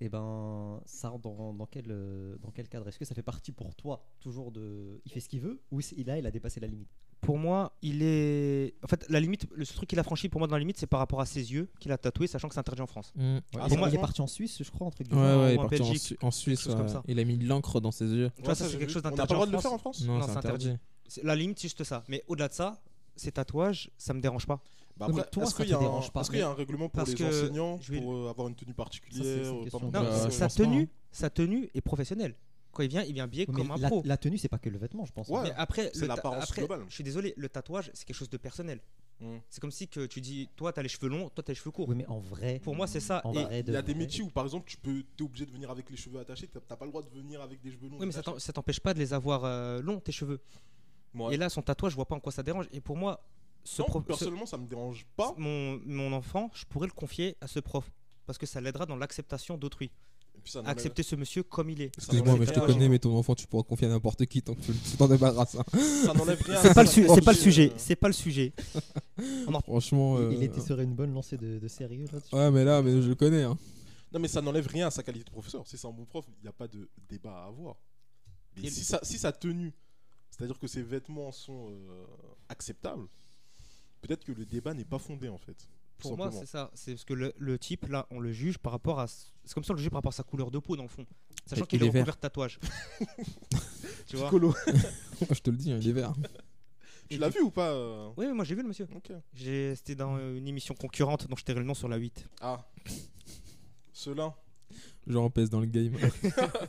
F: Et ben, ça rentre dans, dans quel, euh, dans quel cadre Est-ce que ça fait partie pour toi toujours de. Il fait ce qu'il veut Ou c'est- il a, il a dépassé la limite
A: Pour moi, il est. En fait, la limite, le seul truc qu'il a franchi pour moi dans la limite, c'est par rapport à ses yeux qu'il a tatoué, sachant que c'est interdit en France.
E: Mm.
A: Ah,
F: il,
A: pour
F: est-
A: moi-
F: il est parti en Suisse, je crois, un truc du
E: Ouais,
F: genre.
A: Ou
E: ouais, il est
A: en
E: parti en,
A: Belgique,
E: Su- en Suisse.
A: chose comme
E: ouais.
A: ça.
E: Il a mis de l'encre dans ses yeux.
A: Tu vois, ça, c'est quelque chose
B: On
A: d'interdit.
B: n'a pas le droit
A: en
B: de le faire en
A: France.
B: France
A: Non,
E: Non,
A: c'est
E: c'est
A: interdit.
E: interdit.
A: C'est- La limite, c'est juste ça. Mais au-delà de ça, ces tatouages, ça me dérange pas.
B: Bah
F: Oui, mais
B: après,
F: toi,
B: est-ce
F: ça
B: qu'il y, a
F: te
B: un-
F: dérange pas,
B: est-ce qu'il y a un règlement pour
A: parce
B: les
A: que
B: enseignants
A: je vais-
B: pour euh, avoir une tenue particulière
F: une
B: euh,
F: question
B: pas-
F: de-
A: Non,
E: Bah,
A: mais
E: je
A: sa
E: pense pas,
A: tenue,
E: hein.
A: sa tenue est professionnelle. Quand il vient, il vient habillé
F: Mais
A: comme un
F: la,
A: pro.
F: la tenue, c'est pas que le vêtement, je pense.
B: Ouais.
A: Mais après,
B: c'est
A: le ta-
B: l'apparence
A: après,
B: globale.
A: Je suis désolé, le tatouage, c'est quelque chose de personnel.
B: Hmm.
A: C'est comme si que tu dis, toi, t'as les cheveux longs, toi, t'as les cheveux courts.
F: Oui, mais en vrai.
A: Pour moi, c'est ça.
F: en
A: Et-
F: vrai,
B: Il y
F: de
B: a des
F: vrai,
B: métiers où, par exemple, tu peux, es obligé de venir avec les cheveux attachés, t'as t'as pas le droit de venir avec des cheveux longs.
A: Oui, mais ça
B: attachés.
A: t'en- ça t'empêche pas de les avoir euh, longs, tes cheveux.
B: Ouais.
A: Et là, son tatouage, je vois pas en quoi ça dérange. Et pour moi, ce
B: Non,
A: prof- ce-
B: personnellement, ça me dérange pas.
A: mon, mon enfant, je pourrais le confier à ce prof. Parce que ça l'aidera dans l'acceptation d'autrui.
B: Et puis ça n'enlève-
A: Accepter ce monsieur comme il est.
E: Excuse-moi,
A: Ouais,
E: mais je
A: c'est
E: te
A: vrai,
E: connais,
A: ouais.
E: mais ton enfant, tu pourras confier à n'importe qui tant que tu tu t'en débarrasses. hein.
B: ça n'enlève rien.
A: C'est pas, le su-
B: Ça
A: c'est pas le
B: n'enlève-
A: sujet. C'est pas le sujet.
F: ouais.
E: Franchement.
F: Il, il
E: euh,
F: était sur une bonne lancée de, de sérieux là.
E: Ouais, mais là, mais je le connais. hein.
B: Non, mais ça n'enlève rien à sa qualité de professeur. Si c'est un bon prof, il n'y a pas de débat à avoir. Mais
A: Et-
B: si, sa, si sa tenue, c'est-à-dire que ses vêtements sont euh, acceptables, peut-être que le débat n'est pas fondé en fait. tout
A: Pour moi,
B: simplement.
A: c'est ça. C'est parce que le, le type, là, on le juge par rapport à. s- C'est comme si on le juge par rapport à sa couleur de peau, dans le fond. Sachant
E: Et
A: qu'il
E: il
A: est
E: est vert.
A: recouvert de tatouage. tu vois
B: Piccolo,
E: je te le dis, hein, il est vert.
B: tu l'as vu ou pas euh
A: Oui, oui, moi j'ai vu le monsieur.
B: Ok.
A: J'ai- C'était dans euh, une émission concurrente dont je tairai le nom sur la 8.
B: Ah. Cela.
E: Genre, on pèse dans le game.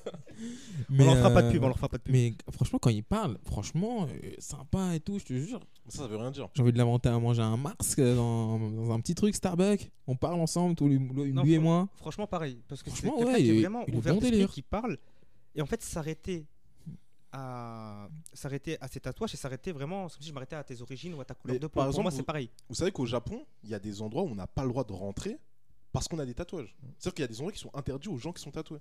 E: mais
A: on leur fera pas de
E: euh,
A: pub, on leur fera pas de pub.
E: Mais franchement, quand il parle, franchement, euh, sympa et tout, je te jure.
B: Ça, ça veut rien dire.
E: J'ai envie de l'inventer à manger un Mars euh, dans, dans un petit truc Starbucks. On parle ensemble, tous les, lui
A: Non,
E: lui et
A: faut-
E: moi.
A: Franchement, pareil. Parce que c'est
E: Franchement,
A: quelqu'un
E: ouais,
A: qui
E: il
A: est
E: est-
A: vraiment
E: il est
A: ouvert
E: bon
A: d'esprit,
E: délire.
A: qui parle. Et en fait, s'arrêter à s'arrêter à ses tatouages et s'arrêter vraiment c'est comme si je m'arrêtais à tes origines ou à ta couleur
B: Mais
A: de peau
B: par
A: pour moi
B: exemple,
A: c'est pareil
B: Vous savez qu'au Japon, il y a des endroits où on n'a pas le droit de rentrer parce qu'on a des tatouages. C'est-à-dire qu'il y a des endroits qui sont interdits aux gens qui sont tatoués.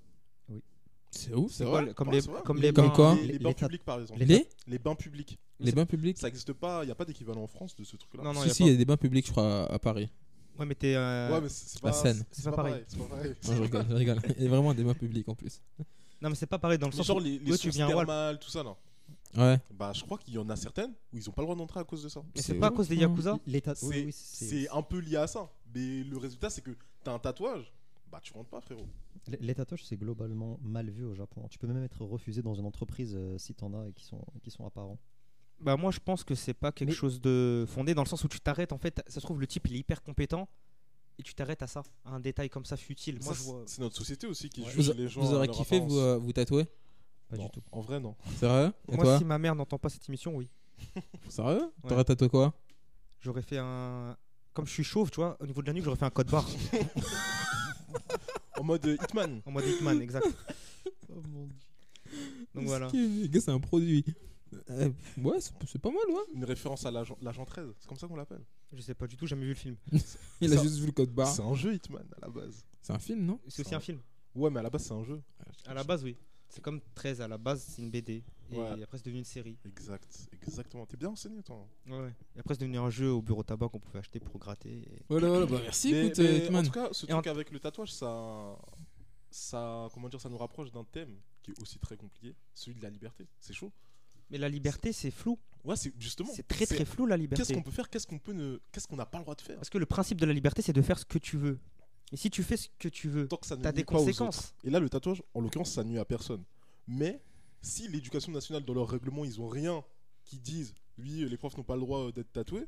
E: C'est ouf.
B: C'est
A: Comme
B: vrai
A: les- comme
B: Ouais,
A: les
B: c'est vrai.
A: comme les
E: Comme
A: bains-
E: quoi
B: les, les
F: Les-
B: bains
F: les tat-
B: publics, par exemple.
E: Les,
B: Les,
E: les,
B: bains publics.
E: bains publics
B: Ça n'existe pas, il n'y a pas d'équivalent en France de ce truc-là.
A: non non
E: Si,
A: y a
E: si, il y a des bains publics, je crois, à à Paris.
A: pas. ouais mais t'es euh,
B: Ouais, mais c'est c'est
E: la
B: pas,
E: scène.
B: c'est-
A: C'est
B: C'est
A: pas
B: pas
A: pareil.
B: pareil. C'est pas pareil.
E: Non, je rigole, je rigole. Il y a vraiment des bains publics en plus.
A: non mais c'est pas pareil dans le
B: Mais
A: sens
B: genre
A: où-
B: les, les
A: ouais, tu
B: sources
A: viens à Wal-
B: thermales, tout ça là.
E: Ouais.
B: Bah, je crois qu'il y en a certaines où ils ont pas le droit d'entrer à cause de ça.
A: mais c'est
E: c'est
A: pas à
E: ouf,
A: cause des
E: hein.
A: yakuza
F: L'état.
B: C'est
F: Oui, oui,
B: c'est un peu lié à ça. Mais le résultat, c'est que t'as un tatouage, bah tu rentres pas, frérot.
F: Les- Les tatouages, c'est globalement mal vu au Japon. Tu peux même être refusé dans une entreprise euh, si t'en as et qui sont, qui sont apparents.
A: bah moi je pense que c'est pas quelque
F: Mais-
A: chose de fondé dans le sens où tu t'arrêtes en fait ça se trouve le type il est hyper compétent et tu t'arrêtes à ça à un détail comme ça futile moi
B: Ça,
A: je vois
B: C'est notre société aussi qui
F: Ouais.
B: juge
E: Vous,
B: les gens.
E: vous
B: à
E: aurez
B: leur
E: kiffé,
B: apparence.
E: vous, euh, vous tatouer
F: Pas
B: Non,
F: du tout.
B: En vrai, non.
E: Sérieux Et
A: moi
E: toi
A: si ma mère n'entend pas cette émission oui
E: Sérieux
A: Ouais.
E: T'aurais tatoué quoi
A: j'aurais fait un comme je suis chauve tu vois au niveau de la nuque j'aurais fait un code barre
B: En mode euh, Hitman.
A: en mode Hitman exact donc voilà
E: Le gars, c'est un produit. Euh, ouais, c'est c'est pas mal, ouais.
B: Une référence à l'agent l'agent 13, c'est comme ça qu'on l'appelle.
A: Je sais pas du tout, j'ai jamais vu le film.
E: Il a
B: Ça-
E: juste vu le code barre.
B: C'est un jeu Hitman à la base.
E: C'est un film, non
A: C'est aussi
B: Ça-
A: un film.
B: Ouais, mais à la base, c'est un jeu.
A: À la base, oui. C'est comme 13, à la base, c'est une BD. Et
B: Ouais.
A: après, c'est devenu une série.
B: Exact, exactement. T'es bien enseigné, toi. hein.
A: Ouais, ouais. Et après, c'est devenu un jeu au bureau tabac qu'on pouvait acheter pour gratter. et-
E: Voilà, voilà, bah merci,
B: Mais-
E: écoute,
B: mais
E: euh,
B: en
E: Hitman.
B: tout cas, ce
A: Et en-
B: truc avec le tatouage, ça, ça, comment dire, ça nous rapproche d'un thème qui est aussi très compliqué, celui de la liberté. C'est chaud.
A: Mais la liberté, c'est flou.
B: Ouais, c'est justement.
A: C'est très très flou la
B: Qu'est-ce
A: liberté.
B: qu'on peut faire Qu'est-ce qu'on peut ne, qu'est-ce qu'on n'a pas le droit de faire
A: Parce que le principe de la liberté, c'est de faire ce que tu veux. Et si tu fais ce que tu veux,
B: Tant que ça ne
A: t'as
B: nuit
A: des
B: pas aux autres.
A: conséquences.
B: Et là, le tatouage, en l'occurrence, ça nuit à personne. Mais si l'éducation nationale, dans leur règlement, ils ont rien qui dise, oui, les profs n'ont pas le droit euh, d'être tatoués,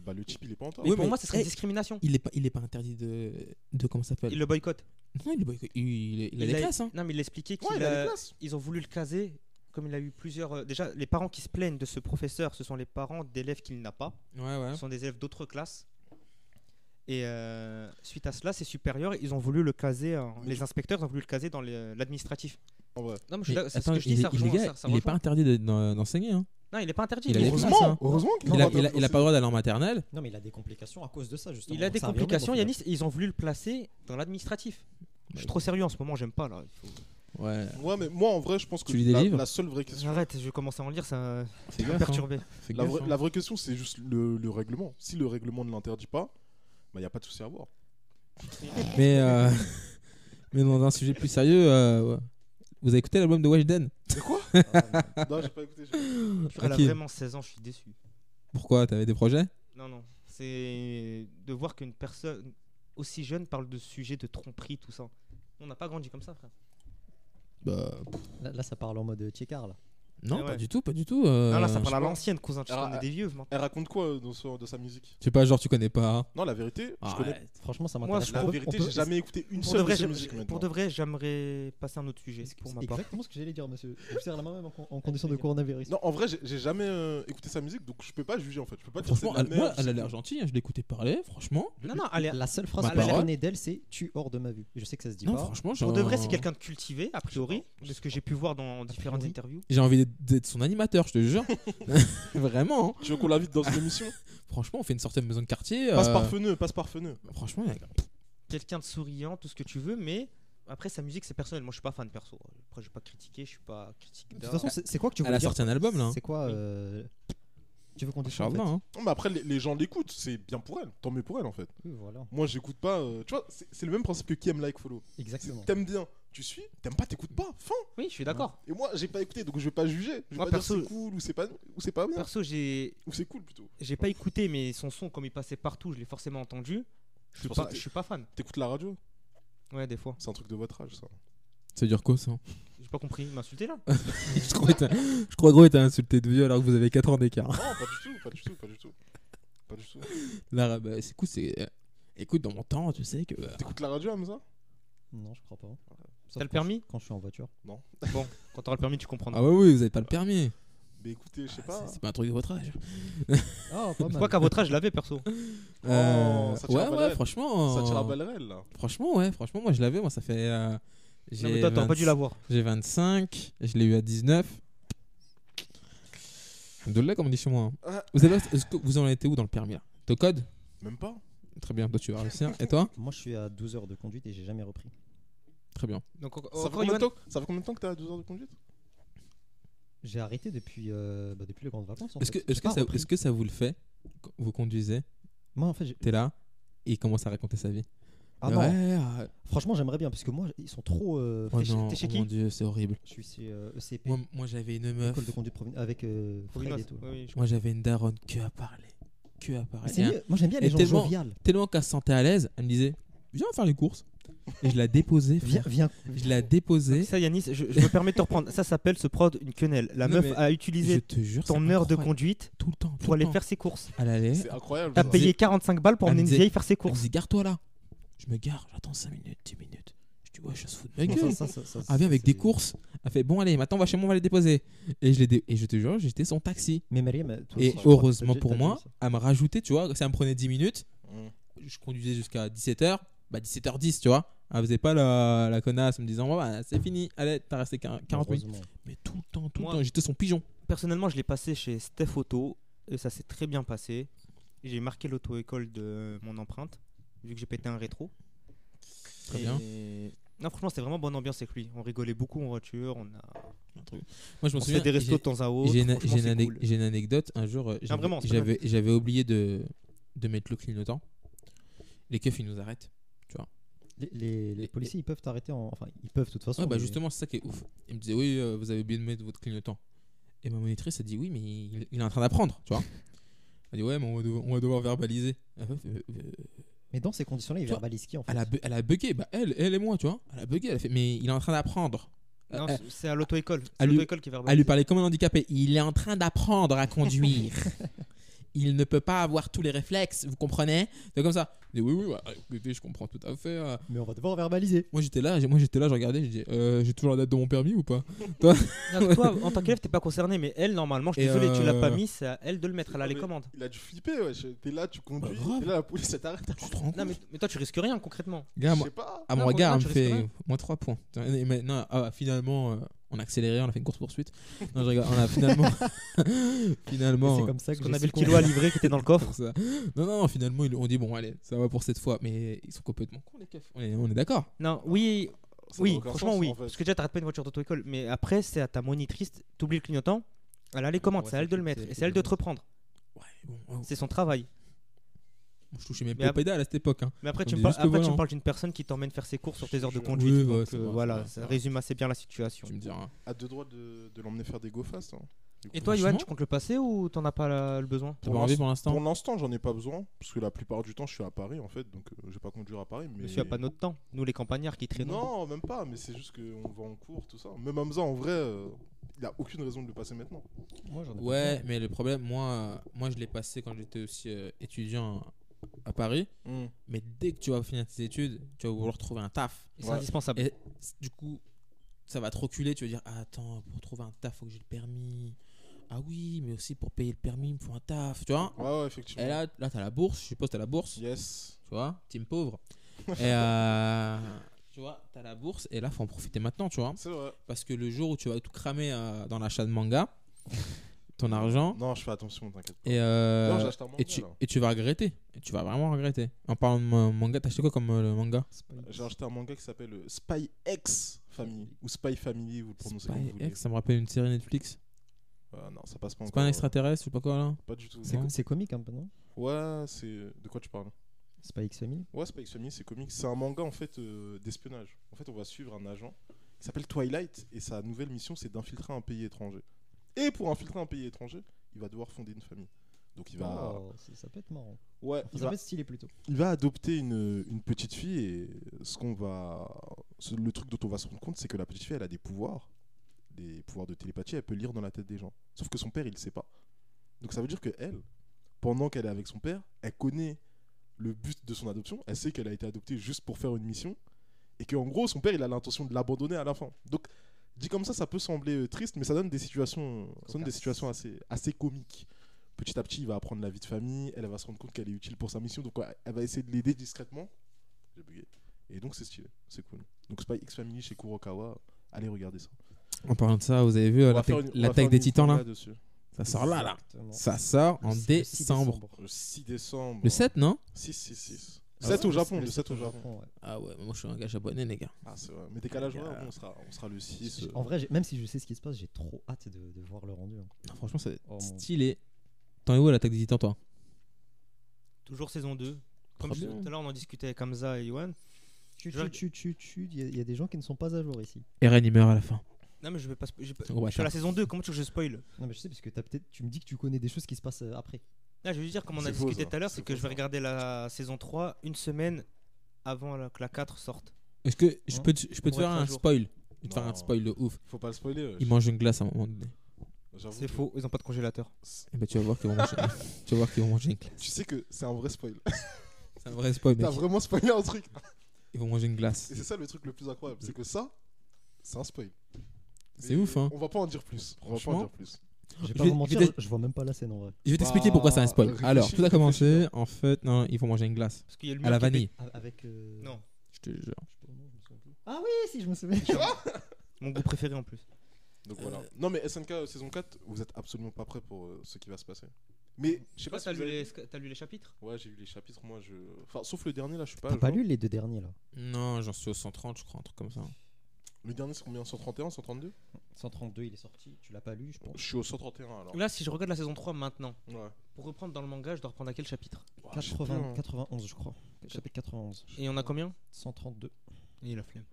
B: bah le type, il est pas en tort.
A: Mais
E: Oui,
A: pour
E: mais-
A: moi, ce serait
E: Eh,
A: une discrimination.
E: Il est pas, il est pas interdit de, de comment ça s'appelle
A: Il le boycotte.
E: Non, il, est boycott- il, il, il a
A: Il
E: des
A: a-
E: classes, hein.
A: Non, mais il expliquait
B: Ouais,
A: qu'il
B: il a
A: a-
B: les classes.
A: ils ont voulu le caser. Comme il a eu plusieurs. euh, Déjà, les parents qui se plaignent de ce professeur, ce sont les parents d'élèves qu'il n'a pas.
E: Ouais, ouais.
A: Ce sont des élèves d'autres classes. Et euh, suite à cela, ses supérieurs, ils ont voulu le caser. en-
B: Mais
A: les
B: tu-
A: inspecteurs ont voulu le caser dans les- euh, l'administratif.
B: En vrai.
A: Non, mais je suis
E: Mais
A: d'accord, c'est ce
E: attends,
A: que je dis,
E: il est-
A: ça
E: il est
A: rejoint.
E: gars,
A: ça- ça
E: il est pas
A: rejoint.
E: interdit de- d'en- d'enseigner. Hein.
A: Non, il est pas interdit.
E: il a
A: il,
E: les
A: est-
E: classes,
B: Heureusement,
E: hein.
B: heureusement qu'il
E: Il,
B: y
E: a,
B: en
E: il, a, il a pas le droit d'aller en maternelle.
F: Non, mais il a des complications à cause de ça, justement.
A: il a des
F: C'est un biomètre,
A: complications,
F: au final.
A: Yanis. et Ils ont voulu le placer dans l'administratif. Je suis trop sérieux en ce moment, j'aime pas là. il faut-
E: Ouais.
B: Ouais, mais moi, en vrai, je pense que
E: Tu lis des
B: la,
E: livres
B: la seule vraie question.
A: Arrête, je commence à en lire, ça
C: Fais
A: m'a
C: gaffe. hein.
A: perturbé.
C: Fais
B: La,
C: gaffe,
B: vraie-
C: hein.
B: la vraie question, c'est juste le, le règlement. Si le règlement ne l'interdit pas, il n'y a pas de souci à voir.
E: Mais, euh, mais dans un sujet plus sérieux, euh, ouais. vous avez écouté l'album de Weshden
B: C'est quoi Non, j'ai pas écouté. j'ai pas écouté.
A: Elle a
E: Ok.
A: vraiment 16 ans, je suis déçu.
E: Pourquoi T'avais des projets
A: Non, non. C'est de voir qu'une personne aussi jeune parle de sujets de tromperie, tout ça. On n'a pas grandi comme ça, frère.
E: Bah,
F: Là, là, ça parle en mode Tchekar, là.
E: non,
A: Ah ouais.
E: pas du tout, pas du tout. euh,
A: non, là, ça parle à
B: pas.
A: l'ancienne, cousin. Tu sais,
B: Alors, euh,
A: on est des vieux, maintenant.
B: Elle raconte quoi euh, dans son- de sa musique
E: Je sais pas, genre tu connais pas. hein.
B: Non, la vérité,
A: Ah,
B: je connais.
E: Arrête.
F: Franchement, ça
A: Moi,
F: m'intéresse.
A: je
B: La
A: On peut-
B: vérité,
F: on peut-
B: j'ai jamais écouté une
A: Pour de,
B: seule
A: vrai,
B: de ses
A: j'aime-
B: musiques
A: pour
B: maintenant.
A: de vrai, j'aimerais passer à un autre sujet,
F: C'est
A: pour ma part.
F: exactement ce que j'allais dire, monsieur. Je sers la main même en, con- en condition de coronavirus.
B: Non, en vrai, j'ai- j'ai jamais euh, écouté sa musique, donc je peux pas juger en fait. Je peux pas dire c'est
E: Franchement,
B: de la
E: elle,
B: merde.
E: moi,
B: je
E: elle a
B: sais
E: l'air
B: pas.
E: gentille, hein, je l'écoutais parler, franchement.
A: Non, non, allez.
F: La seule phrase
E: Ma
F: que je
E: parole.
F: connais d'elle, c'est Tu hors de ma vue. Je sais que ça se dit
E: Non,
F: pas.
E: franchement, genre,
A: Pour de vrai, c'est quelqu'un de cultivé, a priori, de ce que j'ai pu voir dans différentes
F: oui.
A: interviews.
E: J'ai envie d'être- d'être son animateur, je te jure. Vraiment. hein.
B: Tu veux qu'on l'invite dans une émission
E: Franchement, on fait une sorte de maison de quartier.
B: Passe
E: euh,
B: par feneux, passe par feneux.
E: Franchement, il y a-
A: Quelqu'un de souriant, tout ce que tu veux, mais après, sa musique, c'est personnel. Moi, je suis pas fan perso. Après, je vais pas critiquer, je suis pas critique.
F: De toute façon, c'est c'est quoi que tu
E: elle
F: voulais
E: a
F: dire
E: sorti un album là. hein.
F: C'est quoi euh, Tu veux qu'on dise ça, en
E: Charles,
F: fait
E: hein.
B: Non, mais après, les, les gens l'écoutent, c'est bien pour elle. Tant mieux pour elle en fait.
F: Oui, voilà.
B: Moi, j'écoute pas. euh, tu vois, c'est c'est le même principe que qui aime like follow. C'est-
F: Exactement.
B: T'aimes bien, tu suis. T'aimes pas, t'écoutes pas. Fin.
A: Oui, je suis d'accord.
B: Et moi, j'ai pas écouté, donc je vais pas juger. Je vais
A: Moi,
B: pas
A: perso-
B: dire c'est cool ou c'est pas ou c'est pas bien
A: Perso, j'ai
B: ou c'est cool plutôt.
A: j'ai pas écouté, mais son son, comme il passait partout, je l'ai forcément entendu. Je
B: C'est
A: suis
B: pour ça
A: pas,
B: que
A: je suis pas fan.
B: T'écoutes la radio,
A: Ouais, des fois.
B: c'est un truc de votre âge ça.
E: Ça veut dire quoi ça hein.
A: J'ai pas compris. M'insulter là
E: Je crois que t'as- je crois gros, il t'a insulté de vieux alors que vous avez 4 ans d'écart.
B: Non, pas du tout, pas du tout, pas du tout. Pas du tout.
E: Là, bah, c'est cool, c'est. Écoute, dans mon temps, tu sais que. euh,
B: T'écoutes la radio Hamza
F: Non, je crois pas. hein. Sauf
A: T'as le
F: quand je-
A: permis
F: Quand je suis en voiture.
A: Bon, quand t'auras le permis, tu comprendras.
E: Ah ouais, oui, vous avez pas le permis.
B: Mais écoutez, je sais
E: Ah,
B: pas.
E: c'est- C'est pas un truc de votre âge.
F: Ah, pas
A: Quoi
F: mal.
A: qu'à votre âge, je l'avais perso.
B: Oh,
E: Euh,
B: ça tire à
E: ouais,
B: balles
E: ouais,
B: réelles.
E: franchement.
B: Ça tire à
E: euh,
B: balles réelles, là.
E: Franchement, ouais, franchement, moi je l'avais, moi ça fait. euh,
A: Non,
E: j'ai
A: mais toi, t'aurais pas
E: 20
A: dû l'avoir.
E: J'ai 25, je l'ai eu à 19. Alhamdoulilah, comme on dit chez moi. hein.
F: Euh.
B: Ah.
E: Vous, avez, est-ce que vous en êtes où dans le permis là Ton code
B: Même pas.
E: Très bien, toi tu vas réussir. Et toi
F: Moi, je suis à 12 heures de conduite et j'ai jamais repris.
E: Très bien.
A: Donc, en-
B: ça, fait
A: encore
B: combien de
A: Yoann
B: temps, ça fait combien de temps que t'as 12 heures de conduite
F: J'ai arrêté depuis, euh, bah, depuis les grandes vacances. en
E: Est-ce que,
F: fait. J'ai
E: est-ce, que
F: pas
E: ça,
F: repris.
E: est-ce que ça vous le fait quand Vous conduisez,
F: Moi, en fait, j'ai-
E: t'es là, et il commence à raconter sa vie.
F: ah
E: ouais,
F: non.
E: ah,
F: Franchement, j'aimerais bien parce que moi, ils sont trop. euh,
E: oh
A: T'es chez-
E: non,
A: t'es chez
E: oh
A: qui
E: mon dieu, c'est horrible.
F: Je suis chez, euh, ECP,
E: Moi, moi, j'avais une meuf,
F: école de conduite provin- avec euh, Fred
A: Provinoise.
F: et tout.
A: Oui, oui, je-
E: moi j'avais une daronne que à parler. Que à
F: Mais
E: parler.
F: c'est
E: Et
F: mieux. Moi, j'aime bien
E: Et
F: les gens
E: tellement-
F: joviales.
E: Tellement qu'elle se sentait à l'aise, elle me disait Viens faire les courses. Et je la déposais,
F: Viens,
E: frère.
F: viens.
E: Je la déposais.
A: Ça, Yanis, je, je me permets de te reprendre. Ça s'appelle se prod une quenelle. La
E: Non,
A: meuf
E: mais
A: a
E: Je
A: utilisé
E: te jure,
A: ton
E: c'est
A: heure de
E: incroyable.
A: conduite
E: tout le temps. tout
A: pour
E: le
A: aller
E: temps.
A: faire ses courses.
E: Elle allait.
B: C'est incroyable.
A: T'as
B: ça.
A: payé 45 balles pour
E: Elle
A: emmener
E: me
A: une
E: disait-
A: vieille faire ses
E: Elle me
A: courses.
E: disait, gare-toi là. Je me gare, j'attends 5 minutes, 10 minutes. Je dis, ouais, je se fous de ma
F: Non,
E: gueule.
F: ça, ça, ça, ça,
E: Elle vient avec
F: c'est-
E: des courses. Elle fait, bon, allez, maintenant, on va chez moi, on va les déposer. Et je, l'ai dé- et je te jure, j'étais son taxi.
F: Mais Mariam, toi
E: Et
F: aussi, je crois que
E: heureusement
F: t'as déjà-
E: pour
F: t'as déjà
E: moi,
F: vu ça.
E: elle me rajoutait, tu vois, ça me prenait 10 minutes.
B: Mmh.
E: Je conduisais jusqu'à 17h. Bah, 17h10, tu vois. Elle faisait pas la, la connasse en me disant, ouais, bah, c'est fini, allez, t'as resté qu'un- 40 minutes.
F: Heureusement.
E: Mais tout le temps, tout
A: Moi-
E: le temps, j'étais son pigeon.
A: Personnellement, je l'ai passé chez Steph Auto et ça s'est très bien passé. J'ai marqué l'auto-école de mon empreinte, vu que j'ai pété un rétro.
E: Très
A: Et-
E: bien.
A: Non, franchement, c'était vraiment bonne ambiance avec lui. On rigolait beaucoup en voiture, on, a...
E: Moi, je me
A: on se
E: souviens.
A: fait des
E: j'ai-
A: restos de temps à autre.
E: J'ai une,
A: franchement,
E: j'ai une
A: c'est
E: ane-
A: cool. Ah,
E: j'ai une anecdote. Un jour, euh, j'avais-
A: vraiment, c'est
E: j'avais j'avais oublié de, de mettre le clignotant. Les keufs, ils nous arrêtent.
F: Les, les- les
E: Et-
F: policiers, ils peuvent t'arrêter en. Enfin, ils peuvent de toute façon.
E: Ouais, bah
F: mais-
E: justement, c'est ça qui est ouf. Ils me disaient, oui, euh, vous avez oublié de mettre votre clignotant. Et ma monitrice a dit, oui, mais il, il est en train d'apprendre, tu vois. Elle dit, ouais, mais on va devoir, on va devoir verbaliser. La meuf, euh, euh,
F: Mais dans ces conditions-là, ils
E: Tu vois,
F: verbalisent qui en fait
E: elle, a, bu- elle a bugué, bah, elle, elle et moi, tu vois. Elle a bugué, elle a fait, mais il est en train d'apprendre.
A: Non,
E: Euh,
A: c'est- c'est à l'auto-école.
E: à
A: C'est
E: lui-
A: l'auto-école qui est
E: Elle
A: verbalisée.
E: lui parlait comme un handicapé. Il est en train d'apprendre à conduire. Il ne peut pas avoir tous les réflexes, vous comprenez C'est comme ça. Je dis, oui, oui, ouais, écoutez, je comprends tout à fait. euh.
F: Mais on va devoir verbaliser.
E: Moi j'étais là, j'ai- moi j'étais là, je regardais, je dis, euh, j'ai toujours la date de mon permis ou pas
A: Non, toi, en tant qu'élève, t'es pas concerné, mais elle, normalement, je suis
E: Et
A: désolé, tu l'as
E: euh,
A: pas mis, c'est à elle de le mettre. Elle a les
B: Mais-
A: commandes.
B: Il a dû flipper, wesh. T'es là, tu conduis,
E: Bah, grave.
B: et là, la police, elle t'arrête.
E: Tu te rends
A: Non,
E: compte
A: mais, mais toi, tu risques rien concrètement.
E: Gars,
B: Je
E: moi,
B: sais pas.
E: à
A: Non,
E: mon
A: pour-
E: regard,
A: non,
E: elle
A: tu
E: me fait
A: risques
E: euh, moins 3 points. Putain, et maintenant, ah, finalement, euh, on a accéléré, on a fait une course poursuite. Non, je rigole, on a finalement. finalement.
F: c'est comme ça que
A: Parce qu'on
F: j'ai
A: avait le
F: su
A: kilo à livrer qui était dans le coffre.
E: Pour ça. Non, non, non, finalement, ils- on dit bon, allez, ça va pour cette fois. Mais ils sont complètement cons, les keufs. On est, on est d'accord.
A: Non, oui,
B: ça n'a
A: Oui,
B: aucun
A: franchement,
B: sens,
A: oui.
B: en fait.
A: Parce que déjà, t'arrêtes pas une voiture d'auto-école, mais après, c'est à ta monitrice, t'oublies le clignotant, elle a les commandes,
E: Ouais,
A: c'est à elle
E: c'est
A: de le
E: qui-
A: mettre,
E: c'est
A: et
E: qui
A: c'est à elle de te
E: demande.
A: reprendre.
E: Ouais, bon, ouais,
A: C'est son travail.
E: je touchais même
A: Mais
E: pas aux
A: après-
E: pédales à cette époque. hein.
A: Mais après,
E: On
A: tu
E: est
A: me, parles,
E: jusqu'au
A: après, tu
E: volant.
A: me parles d'une personne qui t'emmène faire ses courses sur tes heures de
B: Oui,
A: conduite.
E: ouais,
A: donc,
E: c'est
A: euh,
E: vrai, c'est
A: voilà,
E: vrai, c'est
A: ça
E: vrai.
A: résume assez bien la situation.
E: Tu me diras. hein.
B: À deux droits de, de l'emmener faire des go fast. hein. Du coup.
A: Et toi, Johan,
E: Franchement-
A: tu comptes le passer ou t'en as pas la- le besoin
E: T'as pas envie pour l'instant
B: Pour l'instant, j'en ai pas besoin parce que la plupart du temps, je suis à Paris en fait, donc euh, je vais pas conduire à Paris. Mais
A: Monsieur a pas notre temps. Nous, les campagnards qui traînons.
B: Non, même pas. Mais c'est juste qu'on va en cours, tout ça. Même Hamza, en vrai, euh, il a aucune raison de le passer maintenant.
F: Moi, j'en ai pas
E: Ouais, mais le problème, moi, euh, moi je l'ai passé quand j'étais aussi euh, étudiant à Paris. Mais dès que tu vas finir tes études, tu vas vouloir trouver un taf.
A: C'est
B: Ouais.
A: indispensable.
E: Et c- du coup, ça va te reculer. Tu vas dire, ah, attends, pour trouver un taf, faut que j'ai le permis. Ah oui, mais aussi pour payer le permis, il me faut un taf, tu vois.
B: Ouais, ouais, effectivement.
E: Et là, là t'as la bourse, je suppose t'as la bourse,
B: Yes.
E: tu vois, team pauvre. et euh, tu vois, t'as la bourse, et là, faut en profiter maintenant, tu vois.
B: C'est vrai.
E: Parce que le jour où tu vas tout cramer euh, dans l'achat de manga, ton argent,
B: Non, je fais attention, t'inquiète.
E: et, euh,
B: Non, j'ai acheté un manga,
E: et, tu,
B: là.
E: et tu vas regretter. Et tu vas vraiment regretter. En parlant de ma- manga, t'as acheté quoi comme euh, le manga
B: J'ai acheté un manga qui s'appelle euh, Spy X Family ou Spy Family, vous le prononcez comme vous
E: Spy
B: voulez.
E: X, ça me rappelle une série Netflix.
B: Ah, non, ça passe pas encore.
E: C'est
B: euh,
E: pas un extraterrestre, je sais pas quoi là.
B: Pas du tout.
F: C'est
E: Non.
F: co- c'est comique un peu, non
B: Ouais, c'est de quoi tu parles
F: C'est pas X-Family
B: Ouais, Spy X Family, c'est comique. C'est un manga en fait euh, d'espionnage. En fait, on va suivre un agent qui s'appelle Twilight et sa nouvelle mission c'est d'infiltrer un pays étranger. Et pour infiltrer un pays étranger, il va devoir fonder une famille. Donc il va,
F: Oh, ça ça peut être marrant.
B: ouais, il
F: Ça
B: va,
F: peut être stylé plutôt.
B: il va adopter une, une petite fille et ce qu'on va, ce- le truc dont on va se rendre compte, c'est que la petite fille elle a des pouvoirs, des pouvoirs de télépathie. Elle peut lire dans la tête des gens. Sauf que son père il le sait pas. Donc ça veut dire que elle, pendant qu'elle est avec son père, elle connaît le but de son adoption. Elle sait qu'elle a été adoptée juste pour faire une mission et qu'en gros son père il a l'intention de l'abandonner à la fin. Donc dit comme ça, ça peut sembler euh, triste, mais ça donne des situations, ça donne des
F: Cocasse.
B: situations assez, assez comiques. Petit à petit, il va apprendre la vie de famille. Elle elle va se rendre compte qu'elle est utile pour sa mission, donc ouais, elle va essayer de l'aider discrètement. J'ai bugué. Et donc c'est stylé, c'est cool. Donc Spy X Family chez Kurokawa, allez regarder ça.
E: En parlant de ça, vous avez vu euh,
B: On va
E: l'attaque
B: faire une- on va faire
E: l'attaque
B: une
E: des titans là
B: manga dessus.
E: Ça sort là là.
F: Exactement.
E: Ça sort en
F: Le six- le six
E: décembre.
B: Le 6 décembre.
E: Le 7, non
B: 6, 6, 6.
F: Ah
B: 7
F: ouais,
B: au Japon,
F: le
B: le 7
F: sept
B: au Japon.
F: ouais.
E: Ah ouais, mais moi je suis un gars japonais, les gars.
B: Ah, c'est vrai. Mais décalage
E: Manga.
B: horaire, bon, on sera, on sera le 6.
F: J- En vrai, j'ai- même si je sais ce qui se passe, j'ai trop hâte de, de voir le rendu. hein.
E: Non, franchement, ça va être
F: Oh, mon-
E: stylé. T'en es où à l'attaque des titans, toi
A: Toujours saison 2. Comme
E: Trop
A: je-
E: bien.
A: tout à l'heure, on en discutait avec Hamza et Johan.
F: Tu,
A: Je-
F: tu, tu, tu, tu, il y, a- il y a des gens qui ne sont pas à jour ici.
E: Eren, il meurt à la fin.
A: Non, mais je vais pas. spo- j'ai pas-
E: Au
A: Je suis à
E: bâtard.
A: la saison 2, comment tu veux que je spoil
F: Non, mais je sais, parce que t'as peut-être- tu me dis que tu connais des choses qui se passent euh, après.
A: Là, je vais lui dire, comme on a
B: C'est faux,
A: discuté
B: ça.
A: tout à l'heure,
B: C'est
A: c'est que
B: faux,
A: je vais
B: ça.
A: regarder la saison 3 une semaine avant la- que la 4 sorte.
E: Est-ce que je
F: Hein
E: peux te, je peux te
A: Pour
E: faire
A: être à
E: un
A: jour.
E: spoil Je vais te faire un
B: Non.
E: spoil de ouf.
B: Faut pas le spoiler. euh,
E: Il mange une glace à un moment donné.
B: j'avoue
A: C'est
B: que-
A: faux, ils ont pas de congélateur.
E: Et bah tu vas voir qu'ils vont manger. tu vas voir qu'ils vont manger une glace.
B: Tu sais que c'est un vrai spoil.
E: C'est un vrai spoil, mec.
B: T'as vraiment spoilé un truc.
E: Ils vont manger une
B: Et
E: glace.
B: c'est ça le truc le plus incroyable, c'est que ça, c'est un spoil.
E: C'est
B: Mais
E: ouf, hein.
B: On va pas en dire plus. On va pas en
E: Franchement.
B: dire plus.
F: Je vais
E: Je
F: pas
E: vais-
F: vous mentir,
E: je vais-
F: je vois même pas la scène en vrai.
E: Je vais t'expliquer pourquoi c'est un spoil.
B: Bah,
E: Alors,
B: réfléchis,
E: tout a commencé. En fait, non, ils vont manger une glace.
A: Parce qu'il y a le
E: À
A: mur
E: la
A: qui est
E: vanille.
F: A- Avec. euh,
A: pété. Non,
E: Je te jure.
F: je sais pas, non, je me souviens plus. Ah oui, si, je me souviens.
A: mon goût préféré en plus.
B: Donc voilà. Non mais SNK euh, saison 4, vous êtes absolument pas prêts pour euh, ce qui va se passer. Mais je sais pas si vous avez-
A: t'as lu les chapitres
B: Ouais, j'ai lu les chapitres, moi je. Enfin, sauf le dernier là, je suis pas. à
F: T'as Ah, pas
B: jour.
F: lu les deux derniers là
E: Non, j'en suis au 130, je crois, un truc comme ça.
B: Le dernier c'est combien 131, 132
F: 132, il est sorti. Tu l'as pas lu, je pense.
B: Je suis au 131 alors.
A: Là, si je regarde la saison 3 maintenant,
B: Ouais.
A: pour reprendre dans le manga, je dois reprendre à quel chapitre
B: Ouais, je sais plus,
F: 80,
B: hein.
F: 91, je crois. Chapitre 91.
A: Et on a combien
F: 132.
A: Et la flemme.